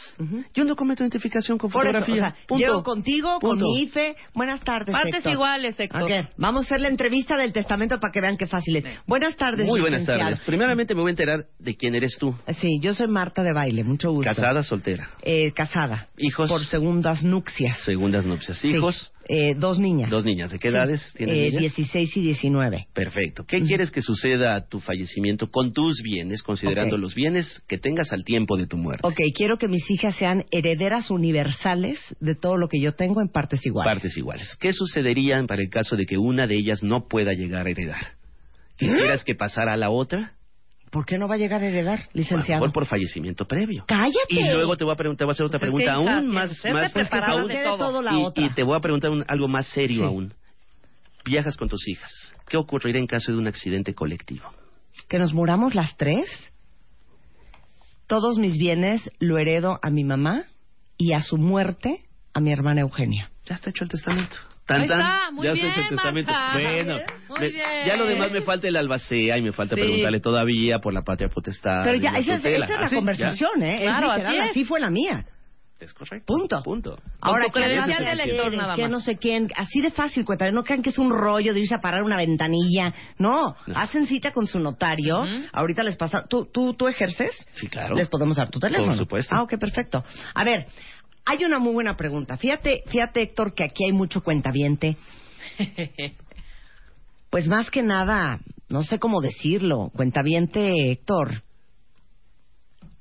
[SPEAKER 6] y un documento de identificación con
[SPEAKER 3] Por eso,
[SPEAKER 6] fotografía.
[SPEAKER 3] o sea,
[SPEAKER 6] Punto.
[SPEAKER 3] llego contigo, con
[SPEAKER 6] Punto.
[SPEAKER 3] mi IFE. Buenas tardes,
[SPEAKER 4] Partes
[SPEAKER 3] Héctor.
[SPEAKER 4] iguales, Héctor.
[SPEAKER 3] Ok, Vamos a hacer la entrevista del testamento para que vean qué fácil es. Buenas tardes,
[SPEAKER 6] Muy buenas
[SPEAKER 3] licenciado.
[SPEAKER 6] tardes. Primeramente me voy a enterar de quién eres tú,
[SPEAKER 3] Sí, yo soy Marta de Baile, mucho gusto.
[SPEAKER 6] casada, soltera,
[SPEAKER 3] Eh, casada.
[SPEAKER 6] Hijos.
[SPEAKER 3] Por segundas nupcias.
[SPEAKER 6] segundas nupcias,
[SPEAKER 3] Sí.
[SPEAKER 6] hijos,
[SPEAKER 3] Eh, dos niñas.
[SPEAKER 6] dos niñas. ¿De qué
[SPEAKER 3] Sí.
[SPEAKER 6] edades tienen
[SPEAKER 3] Eh,
[SPEAKER 6] ellas?
[SPEAKER 3] 16 y 19.
[SPEAKER 6] Perfecto. ¿Qué quieres que suceda a tu fallecimiento con tus bienes, considerando
[SPEAKER 3] Ok.
[SPEAKER 6] los bienes que tengas al tiempo de tu muerte?
[SPEAKER 3] Ok, quiero que mis hijas sean herederas universales de todo lo que yo tengo en partes iguales.
[SPEAKER 6] Partes iguales. ¿Qué sucederían para el caso de que una de ellas no pueda llegar a heredar? ¿Quisieras que pasara a la otra?
[SPEAKER 3] ¿Por qué no va a llegar a heredar,
[SPEAKER 6] A lo
[SPEAKER 3] licenciado?
[SPEAKER 6] mejor por fallecimiento previo.
[SPEAKER 3] ¡Cállate!
[SPEAKER 6] Y luego te voy a preguntar, te voy a hacer otra
[SPEAKER 4] Pues es
[SPEAKER 6] pregunta
[SPEAKER 4] que, hija,
[SPEAKER 6] aún
[SPEAKER 4] tienes
[SPEAKER 6] más,
[SPEAKER 4] que ser
[SPEAKER 6] más,
[SPEAKER 4] de preparada
[SPEAKER 6] aún-
[SPEAKER 4] de
[SPEAKER 3] Quiere
[SPEAKER 4] todo.
[SPEAKER 3] todo la
[SPEAKER 6] y,
[SPEAKER 3] otra.
[SPEAKER 6] y te voy a preguntar un- algo más serio
[SPEAKER 3] Sí.
[SPEAKER 6] aún. Viajas con tus hijas. ¿Qué ocurrirá en caso de un accidente colectivo?
[SPEAKER 3] ¿Que nos muramos las tres? Todos mis bienes lo heredo a mi mamá y a su muerte a mi hermana Eugenia.
[SPEAKER 6] Ya está hecho el testamento. Tan,
[SPEAKER 4] Ahí
[SPEAKER 6] tan,
[SPEAKER 4] está, muy
[SPEAKER 6] ya
[SPEAKER 4] bien,
[SPEAKER 6] está hecho el
[SPEAKER 4] Marta.
[SPEAKER 6] testamento. Bueno,
[SPEAKER 4] Muy
[SPEAKER 6] me-
[SPEAKER 4] bien.
[SPEAKER 6] ya lo demás me falta el albacea y me falta
[SPEAKER 4] Sí.
[SPEAKER 6] preguntarle todavía por la patria potestad.
[SPEAKER 3] Pero
[SPEAKER 6] y
[SPEAKER 3] ya,
[SPEAKER 6] la
[SPEAKER 3] esa es,
[SPEAKER 6] tutela.
[SPEAKER 3] esa es
[SPEAKER 6] Ah,
[SPEAKER 3] la
[SPEAKER 6] sí,
[SPEAKER 3] conversación, ¿eh? Es
[SPEAKER 4] Claro, así
[SPEAKER 3] literal,
[SPEAKER 4] es.
[SPEAKER 3] así fue la mía.
[SPEAKER 6] ya. Es correcto.
[SPEAKER 3] Punto.
[SPEAKER 6] Punto.
[SPEAKER 3] Ahora,
[SPEAKER 4] tu credencial
[SPEAKER 3] ¿qué
[SPEAKER 4] de
[SPEAKER 3] haces?
[SPEAKER 4] lector, nada
[SPEAKER 3] Que
[SPEAKER 4] más.
[SPEAKER 3] no sé quién, así de fácil, cuenta. No crean que es un rollo de irse a parar una ventanilla. No,
[SPEAKER 6] No.
[SPEAKER 3] hacen cita con su notario.
[SPEAKER 4] Ujú.
[SPEAKER 3] Ahorita les pasa. ¿Tú, tú, ¿Tú ejerces?
[SPEAKER 6] Sí, claro.
[SPEAKER 3] Les podemos dar tu teléfono.
[SPEAKER 6] Por supuesto.
[SPEAKER 3] Ah, ok, perfecto. A ver, hay una muy buena pregunta. Fíjate, fíjate Héctor, que aquí hay mucho cuentaviente. Pues más que nada, no sé cómo decirlo, cuentaviente Héctor.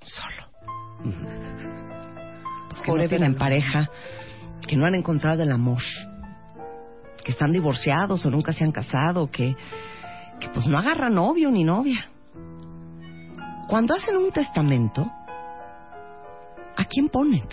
[SPEAKER 3] Solo. Pues que no tienen pareja, que no han encontrado el amor, que están divorciados o nunca se han casado, que, que pues no agarran novio ni novia. Cuando hacen un testamento, ¿a quién ponen?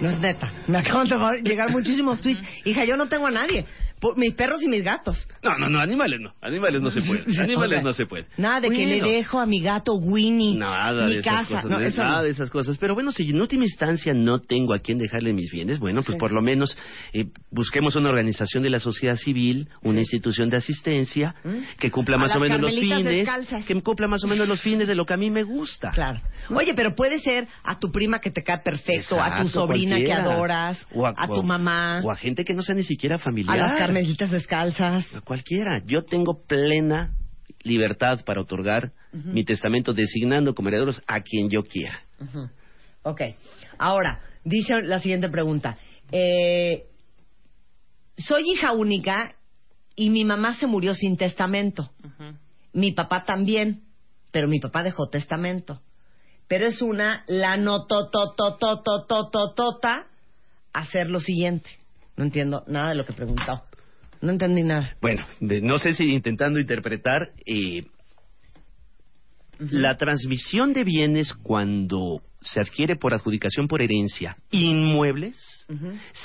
[SPEAKER 3] No es neta. Me acaban de llegar muchísimos tweets. Hija, yo no tengo a nadie. Por- mis perros y mis gatos.
[SPEAKER 6] No, no, no, animales no. Animales no se pueden. Animales
[SPEAKER 3] Ok.
[SPEAKER 6] no se pueden.
[SPEAKER 3] Nada de que
[SPEAKER 6] Bueno.
[SPEAKER 3] le dejo a mi gato Winnie
[SPEAKER 6] Nada
[SPEAKER 3] mi
[SPEAKER 6] de esas
[SPEAKER 3] casa.
[SPEAKER 6] cosas,
[SPEAKER 3] No,
[SPEAKER 6] de-
[SPEAKER 3] eso no.
[SPEAKER 6] nada de esas cosas. Pero bueno, si en última instancia no tengo a quién dejarle mis bienes, bueno, pues por lo menos eh, busquemos una organización de la sociedad civil, una institución de asistencia
[SPEAKER 3] Mm.
[SPEAKER 6] que cumpla
[SPEAKER 5] A
[SPEAKER 6] más o
[SPEAKER 5] las
[SPEAKER 6] menos los
[SPEAKER 5] carmelitas
[SPEAKER 6] fines,
[SPEAKER 5] descalzas.
[SPEAKER 6] que cumpla más o menos los fines de lo que a mí me gusta.
[SPEAKER 3] Claro. Oye, pero puede ser a tu prima que te cae perfecto, a tu
[SPEAKER 6] Exacto,
[SPEAKER 3] sobrina
[SPEAKER 6] cualquiera.
[SPEAKER 3] que adoras,
[SPEAKER 6] O
[SPEAKER 3] a, tu mamá,
[SPEAKER 6] o a gente que no sea ni siquiera
[SPEAKER 3] a
[SPEAKER 6] familiar.
[SPEAKER 3] las carmelitas descalzas.
[SPEAKER 6] A cualquiera. Yo tengo plena libertad para otorgar mi testamento designando como herederos a quien yo quiera.
[SPEAKER 3] Ok. Ahora, dice la siguiente pregunta. Eh, soy hija única y mi mamá se murió sin testamento. Mi papá también, pero mi papá dejó testamento. Pero es una la tota hacer lo siguiente. No entiendo nada de lo que preguntó. No entendí nada.
[SPEAKER 6] Bueno, de- no sé si intentando interpretar eh, la transmisión de bienes cuando se adquiere por adjudicación por herencia inmuebles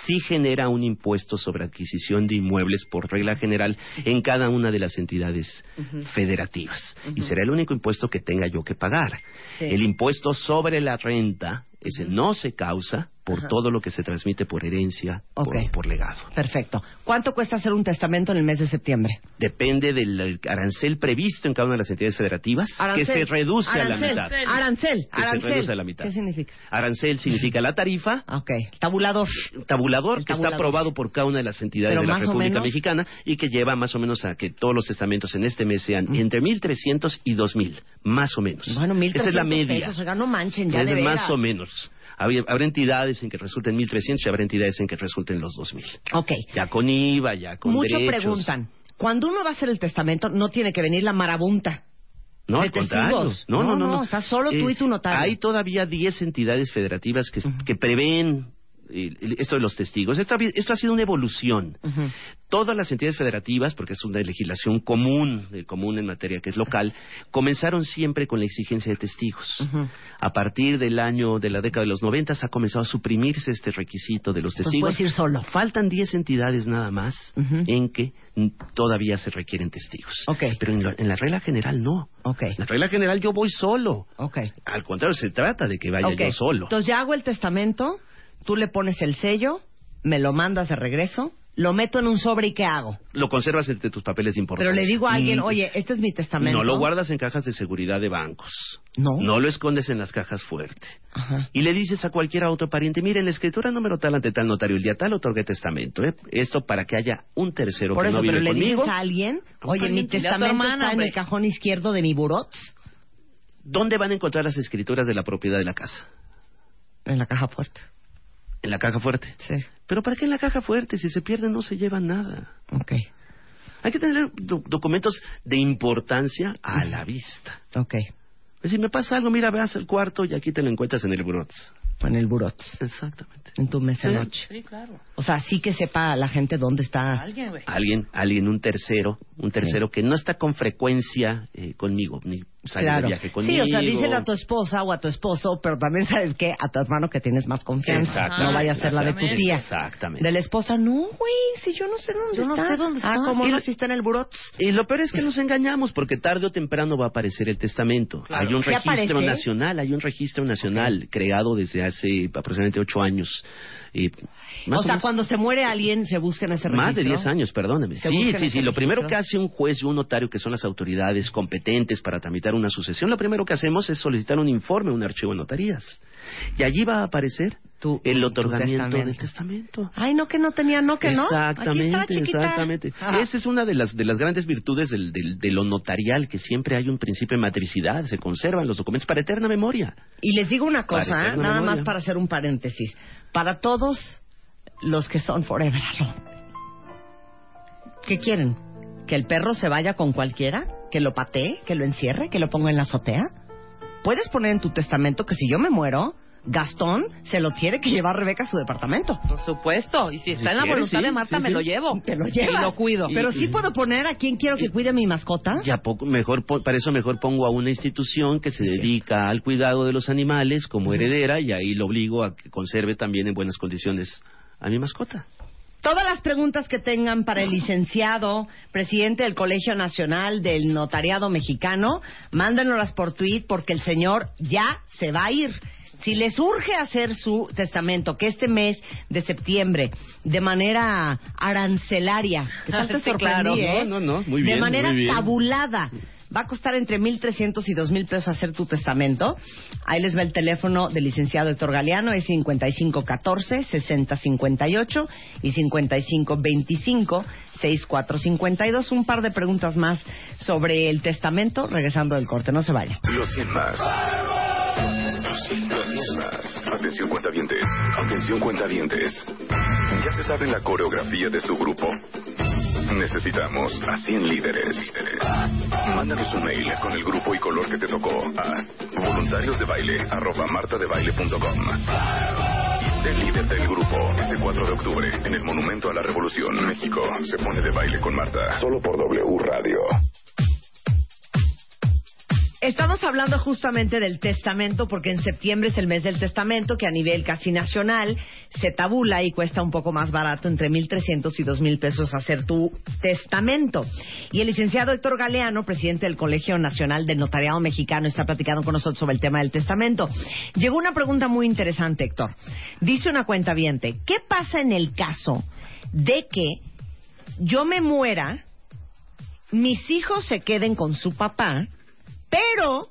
[SPEAKER 6] sí genera un impuesto sobre adquisición de inmuebles por regla general en cada una de las entidades federativas y será el único impuesto que tenga yo que pagar.
[SPEAKER 3] Sí.
[SPEAKER 6] El impuesto sobre la renta ese no se causa por todo lo que se transmite por herencia por-
[SPEAKER 3] Ok.
[SPEAKER 6] por legado.
[SPEAKER 3] Perfecto. ¿Cuánto cuesta hacer un testamento en el mes de septiembre?
[SPEAKER 6] depende del del arancel previsto en cada una de las entidades federativas,
[SPEAKER 3] Arancel.
[SPEAKER 6] que se reduce
[SPEAKER 3] Arancel.
[SPEAKER 6] a la mitad.
[SPEAKER 3] Arancel.
[SPEAKER 6] Que se
[SPEAKER 3] Arancel.
[SPEAKER 6] reduce a la mitad.
[SPEAKER 3] ¿Qué significa?
[SPEAKER 6] Arancel significa la tarifa,
[SPEAKER 3] Ah, Ok. Tabulador.
[SPEAKER 6] tabulador,
[SPEAKER 3] El
[SPEAKER 6] que
[SPEAKER 3] tabulador.
[SPEAKER 6] está aprobado por cada una de las entidades
[SPEAKER 3] Pero
[SPEAKER 6] de la
[SPEAKER 3] más o
[SPEAKER 6] República
[SPEAKER 3] menos.
[SPEAKER 6] Mexicana y que lleva más o menos a que todos los testamentos en este mes sean entre 1.300 y 2.000, más o menos.
[SPEAKER 3] Mm. Bueno, mil
[SPEAKER 6] Esa es la media.
[SPEAKER 3] pesos. Oiga, no manchen, ya
[SPEAKER 6] Esa
[SPEAKER 3] de
[SPEAKER 6] es
[SPEAKER 3] veras.
[SPEAKER 6] más o menos. Había- Habrá entidades en que resulten 1.300 y habrá entidades en que resulten los 2.000.
[SPEAKER 3] Ok.
[SPEAKER 6] Ya con IVA, ya con
[SPEAKER 3] Mucho
[SPEAKER 6] derechos.
[SPEAKER 3] preguntan. Cuando uno va a hacer el testamento, no tiene que venir la marabunta.
[SPEAKER 6] No,
[SPEAKER 3] De
[SPEAKER 6] al contrario.
[SPEAKER 3] testigos.
[SPEAKER 6] No, no, no,
[SPEAKER 3] No, no, está solo tú y tu notario.
[SPEAKER 6] Hay todavía 10 entidades federativas que, que prevén eh, el- esto de los testigos. Esto, ha habi- esto ha sido una evolución. Todas las entidades federativas, porque es una legislación común, eh, común en materia que es local, comenzaron siempre con la exigencia de testigos. A partir del año de la década de los 90 ha comenzado a suprimirse este requisito de los
[SPEAKER 3] Entonces,
[SPEAKER 6] testigos.
[SPEAKER 3] Pues puedes ir solo.
[SPEAKER 6] Faltan 10 entidades nada más
[SPEAKER 3] Ujú.
[SPEAKER 6] en que mm, todavía se requieren testigos.
[SPEAKER 3] Ok.
[SPEAKER 6] Pero en, lo- en la regla general no.
[SPEAKER 3] Ok.
[SPEAKER 6] En la regla general yo voy solo.
[SPEAKER 3] Ok.
[SPEAKER 6] Al contrario, se trata de que vaya
[SPEAKER 3] Ok.
[SPEAKER 6] yo solo.
[SPEAKER 3] Entonces ya hago el testamento, tú le pones el sello, me lo mandas de regreso, lo meto en un sobre y ¿qué hago?
[SPEAKER 6] Lo conservas entre tus papeles de importancia.
[SPEAKER 3] Pero le digo a alguien,
[SPEAKER 6] Mm,
[SPEAKER 3] oye, este es mi testamento.
[SPEAKER 6] No lo guardas en cajas de seguridad de bancos.
[SPEAKER 3] No.
[SPEAKER 6] No lo escondes en las cajas fuerte.
[SPEAKER 3] Ajá.
[SPEAKER 6] Y le dices a cualquier otro pariente, mire, en la escritura número tal ante tal notario, el día tal otorgué testamento. ¿eh? Esto para que haya un tercero
[SPEAKER 3] Por
[SPEAKER 6] que
[SPEAKER 3] eso,
[SPEAKER 6] no vive
[SPEAKER 3] pero le
[SPEAKER 6] conmigo.
[SPEAKER 3] dices a alguien, oye, mi
[SPEAKER 4] pariente, dile a tu
[SPEAKER 3] testamento
[SPEAKER 4] hermana,
[SPEAKER 3] está en
[SPEAKER 4] hombre.
[SPEAKER 3] el cajón izquierdo de mi buró,
[SPEAKER 6] ¿Dónde van a encontrar las escrituras de la propiedad de la casa?
[SPEAKER 3] en la caja fuerte.
[SPEAKER 6] En la caja fuerte.
[SPEAKER 3] Sí.
[SPEAKER 6] ¿Pero para qué en la caja fuerte? Si se pierde no se lleva nada.
[SPEAKER 3] Ok.
[SPEAKER 6] Hay que tener do- documentos de importancia a la vista.
[SPEAKER 3] Ok.
[SPEAKER 6] Si me pasa algo, mira, veas el cuarto y aquí te lo encuentras en el brotes.
[SPEAKER 3] En el buró,
[SPEAKER 6] Exactamente.
[SPEAKER 3] en tu mesa de noche.
[SPEAKER 4] Sí, claro.
[SPEAKER 3] O sea, sí que sepa la gente dónde está.
[SPEAKER 4] Alguien, güey.
[SPEAKER 6] Alguien, alguien, un tercero, un tercero que no está con frecuencia eh, conmigo, ni sale de viaje conmigo.
[SPEAKER 3] Sí, o sea, díselo a tu esposa o a tu esposo, pero también sabes que a tu hermano que tienes más confianza.
[SPEAKER 6] Exactamente.
[SPEAKER 3] No vaya a ser la de tu
[SPEAKER 4] Exactamente.
[SPEAKER 3] tía.
[SPEAKER 6] Exactamente.
[SPEAKER 3] De la esposa, no, güey, si yo no sé dónde
[SPEAKER 4] Yo no
[SPEAKER 3] está.
[SPEAKER 4] sé dónde
[SPEAKER 3] Ah,
[SPEAKER 4] está.
[SPEAKER 3] ¿cómo
[SPEAKER 6] Y
[SPEAKER 3] no
[SPEAKER 6] lo-
[SPEAKER 3] si está en el buró?
[SPEAKER 6] Y lo peor es que nos engañamos porque tarde o temprano va a aparecer el testamento.
[SPEAKER 4] Claro.
[SPEAKER 6] Hay un
[SPEAKER 3] ¿Sí
[SPEAKER 6] registro
[SPEAKER 3] aparece?
[SPEAKER 6] nacional, hay un registro nacional creado desde hace aproximadamente ocho años. Y más
[SPEAKER 3] O sea,
[SPEAKER 6] menos-
[SPEAKER 3] cuando se muere alguien, se busca en ese registro.
[SPEAKER 6] Más de 10 años, perdóneme.
[SPEAKER 3] Se
[SPEAKER 6] Sí,
[SPEAKER 3] buscan
[SPEAKER 6] sí,
[SPEAKER 3] ese
[SPEAKER 6] sí. Lo primero
[SPEAKER 3] registro.
[SPEAKER 6] que hace un juez y un notario, que son las autoridades competentes para tramitar una sucesión, lo primero que hacemos es solicitar un informe, un archivo de notarías. Y allí va a aparecer
[SPEAKER 3] Tu-
[SPEAKER 6] el
[SPEAKER 3] tu
[SPEAKER 6] otorgamiento
[SPEAKER 3] testamento.
[SPEAKER 6] del testamento.
[SPEAKER 3] Ay, no, que no tenía, no, que no.
[SPEAKER 6] Exactamente,
[SPEAKER 3] Aquí está, chiquita.
[SPEAKER 6] exactamente.
[SPEAKER 3] Ah.
[SPEAKER 6] Esa es una de las de las grandes virtudes del, del- de lo notarial, que siempre hay un principio de matricidad, se conservan los documentos para eterna memoria.
[SPEAKER 3] Y les digo una cosa,
[SPEAKER 6] Para
[SPEAKER 3] ¿eh?
[SPEAKER 6] eterna
[SPEAKER 3] nada
[SPEAKER 6] memoria.
[SPEAKER 3] más para hacer un paréntesis. Para todos los que son forever alone. ¿Qué quieren? ¿Que el perro se vaya con cualquiera? ¿Que lo patee? ¿Que lo encierre? ¿Que lo ponga en la azotea? Puedes poner en tu testamento que si yo me muero, Gastón se lo tiene que llevar Rebeca a su departamento.
[SPEAKER 4] Por supuesto. Y si está en la
[SPEAKER 6] quieres,
[SPEAKER 4] voluntad
[SPEAKER 6] sí,
[SPEAKER 4] de Marta,
[SPEAKER 6] sí,
[SPEAKER 4] me
[SPEAKER 6] sí.
[SPEAKER 4] lo llevo.
[SPEAKER 3] Te lo llevas.
[SPEAKER 4] Y lo cuido.
[SPEAKER 3] Pero sí puedo poner a quien quiero que cuide a mi mascota.
[SPEAKER 6] Ya poco, mejor po- para eso mejor pongo a una institución que se dedica al cuidado de los animales como heredera y ahí lo obligo a que conserve también en buenas condiciones a mi mascota.
[SPEAKER 3] Todas las preguntas que tengan para el licenciado, presidente del Colegio Nacional del Notariado Mexicano, mándenoslas por tweet porque el señor ya se va a ir. Si les urge hacer su testamento, que este mes de septiembre, de manera arancelaria, que tal te
[SPEAKER 4] Sí,
[SPEAKER 3] sorprendí,
[SPEAKER 4] claro.
[SPEAKER 3] ¿eh?
[SPEAKER 6] No, no, no, muy bien,
[SPEAKER 3] De manera
[SPEAKER 6] muy bien.
[SPEAKER 3] tabulada. Va a costar entre 1.300 y 2.000 pesos hacer tu testamento. Ahí les va el teléfono del licenciado Héctor Galeano, es 5514-6058 y 5525-6452. Un par de preguntas más sobre el testamento, regresando del corte, no se vaya.
[SPEAKER 7] Los 100 más. Los 100 más. Atención cuentavientes. Atención cuentavientes. Ya se saben la coreografía de su grupo. Necesitamos a 100 líderes. Mándanos un mail con el grupo y color que te tocó a voluntariosdebaile.martadebaile.com Y sé líder del grupo este 4 de octubre en el Monumento a la Revolución. México se pone de baile con Marta. Solo por W Radio.
[SPEAKER 3] Estamos hablando justamente del testamento porque en septiembre es el mes del testamento que a nivel casi nacional se tabula y cuesta un poco más barato, entre 1.300 y 2.000 pesos hacer tu testamento. Y el licenciado Héctor Galeano, presidente del Colegio Nacional del Notariado Mexicano, está platicando con nosotros sobre el tema del testamento. Llegó una pregunta muy interesante, Héctor. Dice una cuenta viente, ¿qué pasa en el caso de que yo me muera, mis hijos se queden con su papá, pero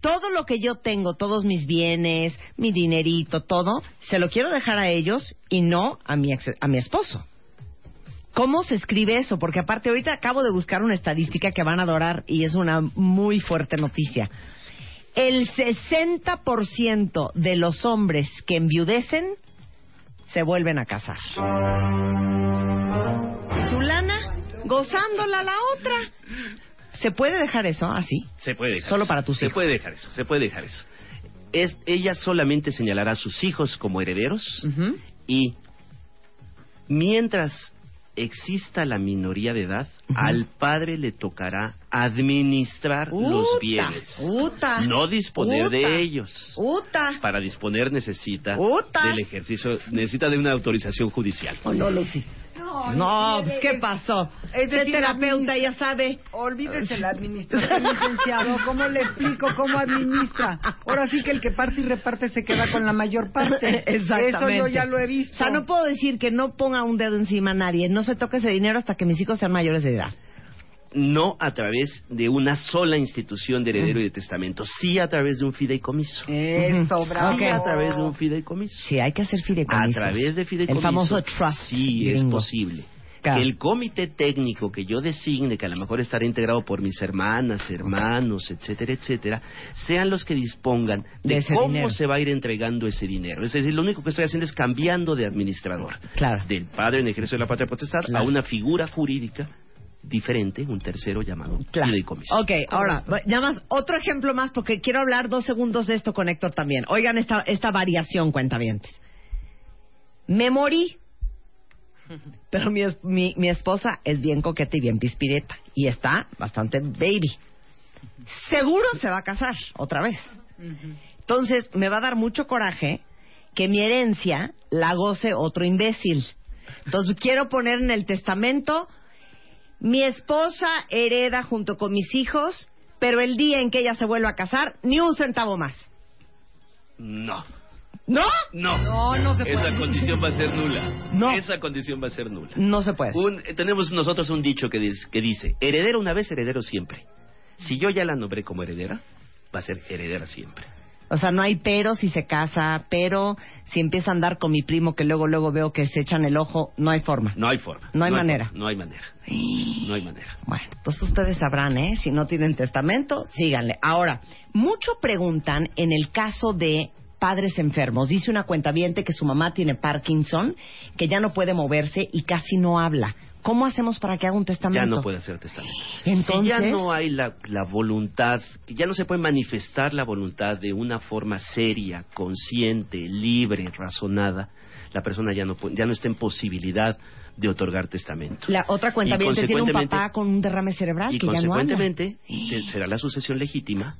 [SPEAKER 3] todo lo que yo tengo, todos mis bienes, mi dinerito, todo, se lo quiero dejar a ellos y no a mi, ex- a mi esposo. ¿Cómo se escribe eso? Porque aparte ahorita acabo de buscar una estadística que van a adorar y es una muy fuerte noticia. El 60% de los hombres que enviudecen se vuelven a casar. Tu lana, gozándola la otra. ¿Se puede dejar eso así?
[SPEAKER 6] Se puede dejar
[SPEAKER 3] Solo
[SPEAKER 6] eso.
[SPEAKER 3] para tus
[SPEAKER 6] se
[SPEAKER 3] hijos.
[SPEAKER 6] puede dejar eso, se puede dejar eso. Es, ella solamente señalará a sus hijos como herederos
[SPEAKER 4] Ujú.
[SPEAKER 6] y mientras exista la minoría de edad, al padre le tocará administrar los
[SPEAKER 3] Uta,
[SPEAKER 6] bienes,
[SPEAKER 3] uta,
[SPEAKER 6] no disponer
[SPEAKER 3] uta,
[SPEAKER 6] de ellos.
[SPEAKER 3] Uta.
[SPEAKER 6] Para disponer necesita
[SPEAKER 3] Uta.
[SPEAKER 6] del ejercicio, necesita de una autorización judicial.
[SPEAKER 3] ¿O no, Lucy? No, pues ¿qué pasó? Este terapeuta ya sabe.
[SPEAKER 8] Olvídese la administración, licenciado. ¿Cómo le explico cómo administra? Ahora sí que el que parte y reparte se queda con la mayor parte. Eso
[SPEAKER 3] Exactamente.
[SPEAKER 8] yo ya lo he visto.
[SPEAKER 3] O sea, no puedo decir que no ponga un dedo encima a nadie. No se toque ese dinero hasta que mis hijos sean mayores de edad.
[SPEAKER 6] No a través de una sola institución de heredero y de testamento, sí a través de un fideicomiso.
[SPEAKER 8] Eso, bravo.
[SPEAKER 6] Sí, a través de un fideicomiso.
[SPEAKER 3] Eh, Sí, hay que hacer fideicomisos.
[SPEAKER 6] A través de fideicomisos.
[SPEAKER 3] El famoso trust.
[SPEAKER 6] Sí, es
[SPEAKER 3] gringo.
[SPEAKER 6] posible.
[SPEAKER 3] Claro.
[SPEAKER 6] Que el comité técnico que yo designe, que a lo mejor estará integrado por mis hermanas, hermanos, etcétera, etcétera, sean los que dispongan
[SPEAKER 3] De
[SPEAKER 6] de,
[SPEAKER 3] ese
[SPEAKER 6] cómo
[SPEAKER 3] dinero.
[SPEAKER 6] se va a ir entregando ese dinero. Es decir, lo único que estoy haciendo es cambiando de administrador.
[SPEAKER 3] Claro.
[SPEAKER 6] Del padre en ejercicio de la patria potestad
[SPEAKER 3] Ah. Claro.
[SPEAKER 6] a una figura jurídica diferente, un tercero llamado
[SPEAKER 3] Claro.
[SPEAKER 6] fideicomiso.
[SPEAKER 3] Ok, ahora, bueno, nada más, otro ejemplo más, porque quiero hablar dos segundos de esto con Héctor también. Oigan esta, esta variación, cuentavientes. Me morí, pero mi, es- mi, mi esposa es bien coqueta y bien pispireta, y está bastante baby. Seguro se va a casar otra vez. Entonces, me va a dar mucho coraje que mi herencia la goce otro imbécil. Entonces, quiero poner en el testamento mi esposa hereda junto con mis hijos, pero el día en que ella se vuelva a casar, ni un centavo más.
[SPEAKER 6] No.
[SPEAKER 3] ¿No?
[SPEAKER 6] No.
[SPEAKER 8] No, no se puede.
[SPEAKER 6] Esa condición va a ser nula.
[SPEAKER 3] No.
[SPEAKER 6] Esa condición va a ser nula.
[SPEAKER 3] No se puede.
[SPEAKER 6] Un- eh, tenemos nosotros un dicho que, dis- que dice, heredero una vez, heredero siempre. Si yo ya la nombré como heredera, va a ser heredera siempre.
[SPEAKER 3] O sea, no hay pero si se casa, pero si empieza a andar con mi primo que luego luego veo que se echan el ojo, no hay forma.
[SPEAKER 6] No hay forma.
[SPEAKER 3] No hay manera.
[SPEAKER 6] forma, no hay manera. No hay manera.
[SPEAKER 3] Bueno, entonces ustedes sabrán, ¿eh? Si no tienen testamento, síganle. Ahora, mucho preguntan en el caso de padres enfermos. Dice una cuentaviente que su mamá tiene Parkinson, que ya no puede moverse y casi no habla. ¿Cómo hacemos para que haga un testamento?
[SPEAKER 6] Ya no puede hacer testamento.
[SPEAKER 3] Entonces-
[SPEAKER 6] si ya no hay la, la voluntad, ya no se puede manifestar la voluntad de una forma seria, consciente, libre, razonada, la persona ya no, pu- ya no está en posibilidad de otorgar testamento.
[SPEAKER 3] La otra cuenta
[SPEAKER 6] Y
[SPEAKER 3] tiene un
[SPEAKER 6] consecuentemente-
[SPEAKER 3] papá con un derrame cerebral
[SPEAKER 6] y
[SPEAKER 3] que ya Ah, no habla.
[SPEAKER 6] consecuentemente te- será la sucesión legítima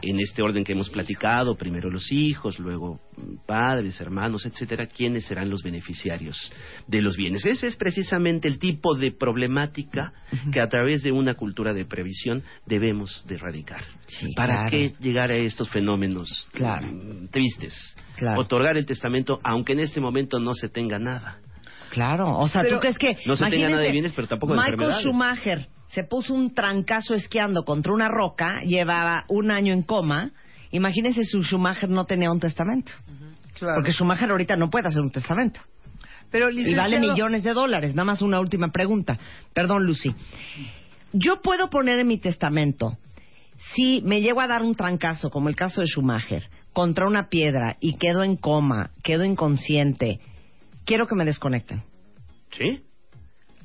[SPEAKER 6] en este orden que hemos platicado, primero los hijos, luego mm, padres, hermanos, etcétera, quiénes serán los beneficiarios de los bienes. Ese es precisamente el tipo de problemática que a través de una cultura de previsión debemos de erradicar.
[SPEAKER 3] Sí,
[SPEAKER 6] ¿Para
[SPEAKER 3] claro.
[SPEAKER 6] qué llegar a estos fenómenos
[SPEAKER 3] Claro.
[SPEAKER 6] mm, tristes?
[SPEAKER 3] Claro.
[SPEAKER 6] Otorgar el testamento aunque en este momento no se tenga nada.
[SPEAKER 3] Claro, o sea,
[SPEAKER 6] Pero
[SPEAKER 3] ¿tú crees que...
[SPEAKER 6] no se tenga
[SPEAKER 3] imagínense,
[SPEAKER 6] nada de bienes, pero tampoco de
[SPEAKER 3] Michael
[SPEAKER 6] enfermedades?
[SPEAKER 3] Schumacher se puso un trancazo esquiando contra una roca, llevaba un año en coma. Imagínense si Schumacher no tenía un testamento.
[SPEAKER 8] Claro.
[SPEAKER 3] Porque Schumacher ahorita no puede hacer un testamento.
[SPEAKER 8] Pero,
[SPEAKER 3] Y vale
[SPEAKER 8] licenciado,
[SPEAKER 3] millones de dólares. Nada más una última pregunta. Perdón, Lucy. Yo puedo poner en mi testamento, si me llego a dar un trancazo, como el caso de Schumacher, contra una piedra y quedo en coma, quedo inconsciente, quiero que me desconecten.
[SPEAKER 6] ¿Sí?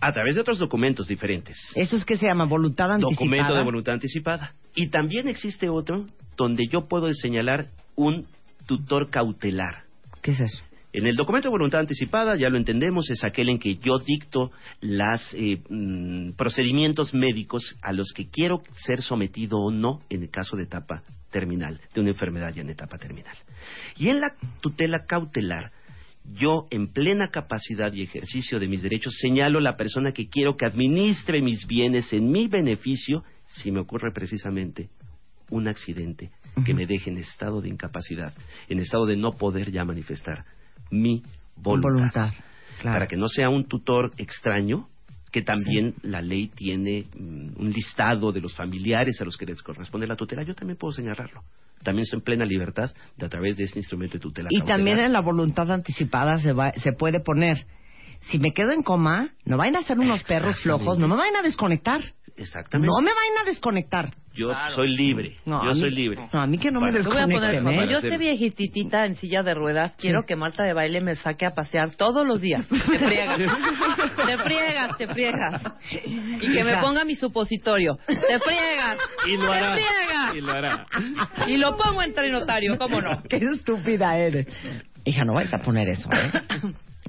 [SPEAKER 6] A través de otros documentos diferentes.
[SPEAKER 3] Eso es que se llama voluntad anticipada.
[SPEAKER 6] Documento de voluntad anticipada. Y también existe otro donde yo puedo señalar un tutor cautelar.
[SPEAKER 3] ¿Qué es eso?
[SPEAKER 6] En el documento de voluntad anticipada, ya lo entendemos, es aquel en que yo dicto los procedimientos médicos a los que quiero ser sometido o no en el caso de etapa terminal, de una enfermedad ya en etapa terminal. Y en la tutela cautelar, yo en plena capacidad y ejercicio de mis derechos señalo la persona que quiero que administre mis bienes en mi beneficio si me ocurre precisamente un accidente que me deje en estado de incapacidad, en estado de no poder ya manifestar mi voluntad.
[SPEAKER 3] claro.
[SPEAKER 6] Para que no sea un tutor extraño, que también la ley tiene mm, un listado de los familiares a los que les corresponde la tutela, yo también puedo señalarlo. También estoy en plena libertad de a través de este instrumento de tutela.
[SPEAKER 3] Y también
[SPEAKER 6] cautelar.
[SPEAKER 3] en la voluntad anticipada se, va- se puede poner. Si me quedo en coma, no vayan a ser unos perros
[SPEAKER 6] Exactamente.
[SPEAKER 3] flojos, no me vayan a desconectar.
[SPEAKER 6] Exactamente.
[SPEAKER 3] No me vayan a desconectar.
[SPEAKER 6] Yo soy libre.
[SPEAKER 3] No,
[SPEAKER 6] yo
[SPEAKER 3] a mí-
[SPEAKER 6] soy libre.
[SPEAKER 3] no, a mí que no me
[SPEAKER 6] Para-
[SPEAKER 4] Te voy a poner
[SPEAKER 3] Desconecten,
[SPEAKER 4] como
[SPEAKER 3] ¿eh?
[SPEAKER 4] yo esté viejititita en silla de ruedas, quiero que Marta de baile me saque a pasear todos los días. Te friegas. te friegas, te friegas. Y que me
[SPEAKER 3] Ya.
[SPEAKER 4] ponga mi supositorio. Te friegas.
[SPEAKER 6] Y lo hará.
[SPEAKER 4] Te friegas.
[SPEAKER 6] Y lo hará.
[SPEAKER 4] Y lo pongo entre notario, ¿cómo no?
[SPEAKER 3] Qué estúpida eres. Hija, no vayas a poner eso, ¿eh?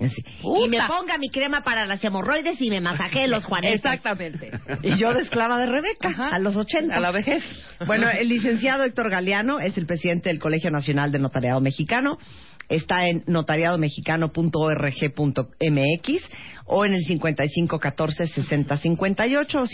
[SPEAKER 3] Así. Y me ponga mi crema para las hemorroides y me masaje los juanetes.
[SPEAKER 4] Exactamente.
[SPEAKER 3] Y yo de esclava de Rebeca, a los 80.
[SPEAKER 4] A la vejez.
[SPEAKER 3] Bueno, el licenciado Héctor Galeano es el presidente del Colegio Nacional de Notariado Mexicano. Está en notariadomexicano.org.mx o en el 5514-6058 o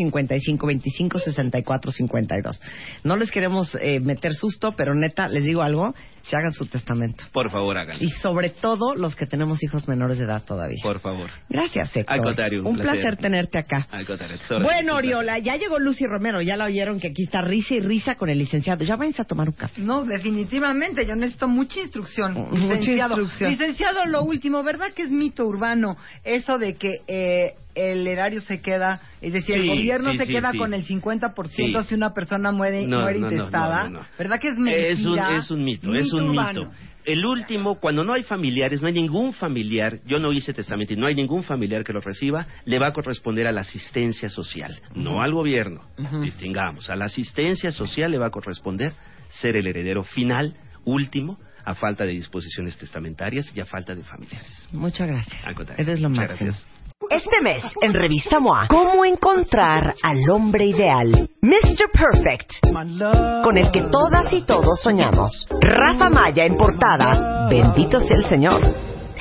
[SPEAKER 3] 5525-6452. No les queremos eh, meter susto, pero neta, les digo algo, se hagan su testamento.
[SPEAKER 6] Por favor, háganlo.
[SPEAKER 3] Y sobre todo los que tenemos hijos menores de edad todavía.
[SPEAKER 6] Por favor.
[SPEAKER 3] Gracias, Héctor.
[SPEAKER 6] Al contrario, un
[SPEAKER 3] un placer.
[SPEAKER 6] placer.
[SPEAKER 3] tenerte acá.
[SPEAKER 6] Al contrario, tus órdenes.
[SPEAKER 3] Bueno, Oriola, ya llegó Lucy Romero, ya la oyeron que aquí está risa y risa con el licenciado. Ya váyanse a tomar un café.
[SPEAKER 8] No, definitivamente, yo necesito mucha instrucción.
[SPEAKER 3] Mucha
[SPEAKER 8] licenciado.
[SPEAKER 3] instrucción.
[SPEAKER 8] Licenciado, lo último, ¿verdad que es mito urbano eso de que eh, el erario se queda, es decir, el
[SPEAKER 6] Sí,
[SPEAKER 8] gobierno
[SPEAKER 6] sí,
[SPEAKER 8] se
[SPEAKER 6] sí,
[SPEAKER 8] queda
[SPEAKER 6] sí.
[SPEAKER 8] con el 50%
[SPEAKER 6] Sí.
[SPEAKER 8] si una persona muere,
[SPEAKER 6] No,
[SPEAKER 8] muere
[SPEAKER 6] no, no,
[SPEAKER 8] intestada?
[SPEAKER 6] no, no, no.
[SPEAKER 8] ¿Verdad que es mentira?
[SPEAKER 6] Es un, es un mito, es un
[SPEAKER 8] urbano.
[SPEAKER 6] mito. El último, cuando no hay familiares, no hay ningún familiar, yo no hice testamento y no hay ningún familiar que lo reciba, le va a corresponder a la asistencia social, no al gobierno, distingamos, a la asistencia social le va a corresponder ser el heredero final, último, a falta de disposiciones testamentarias y a falta de familiares.
[SPEAKER 3] Muchas gracias.
[SPEAKER 6] Al contrario.
[SPEAKER 3] Eres lo
[SPEAKER 6] Muchas
[SPEAKER 3] máximo.
[SPEAKER 6] gracias.
[SPEAKER 1] Este mes, en Revista MOA, ¿cómo encontrar al hombre ideal? Mr. Perfect, con el que todas y todos soñamos. Rafa Maya en portada, bendito sea el Señor. De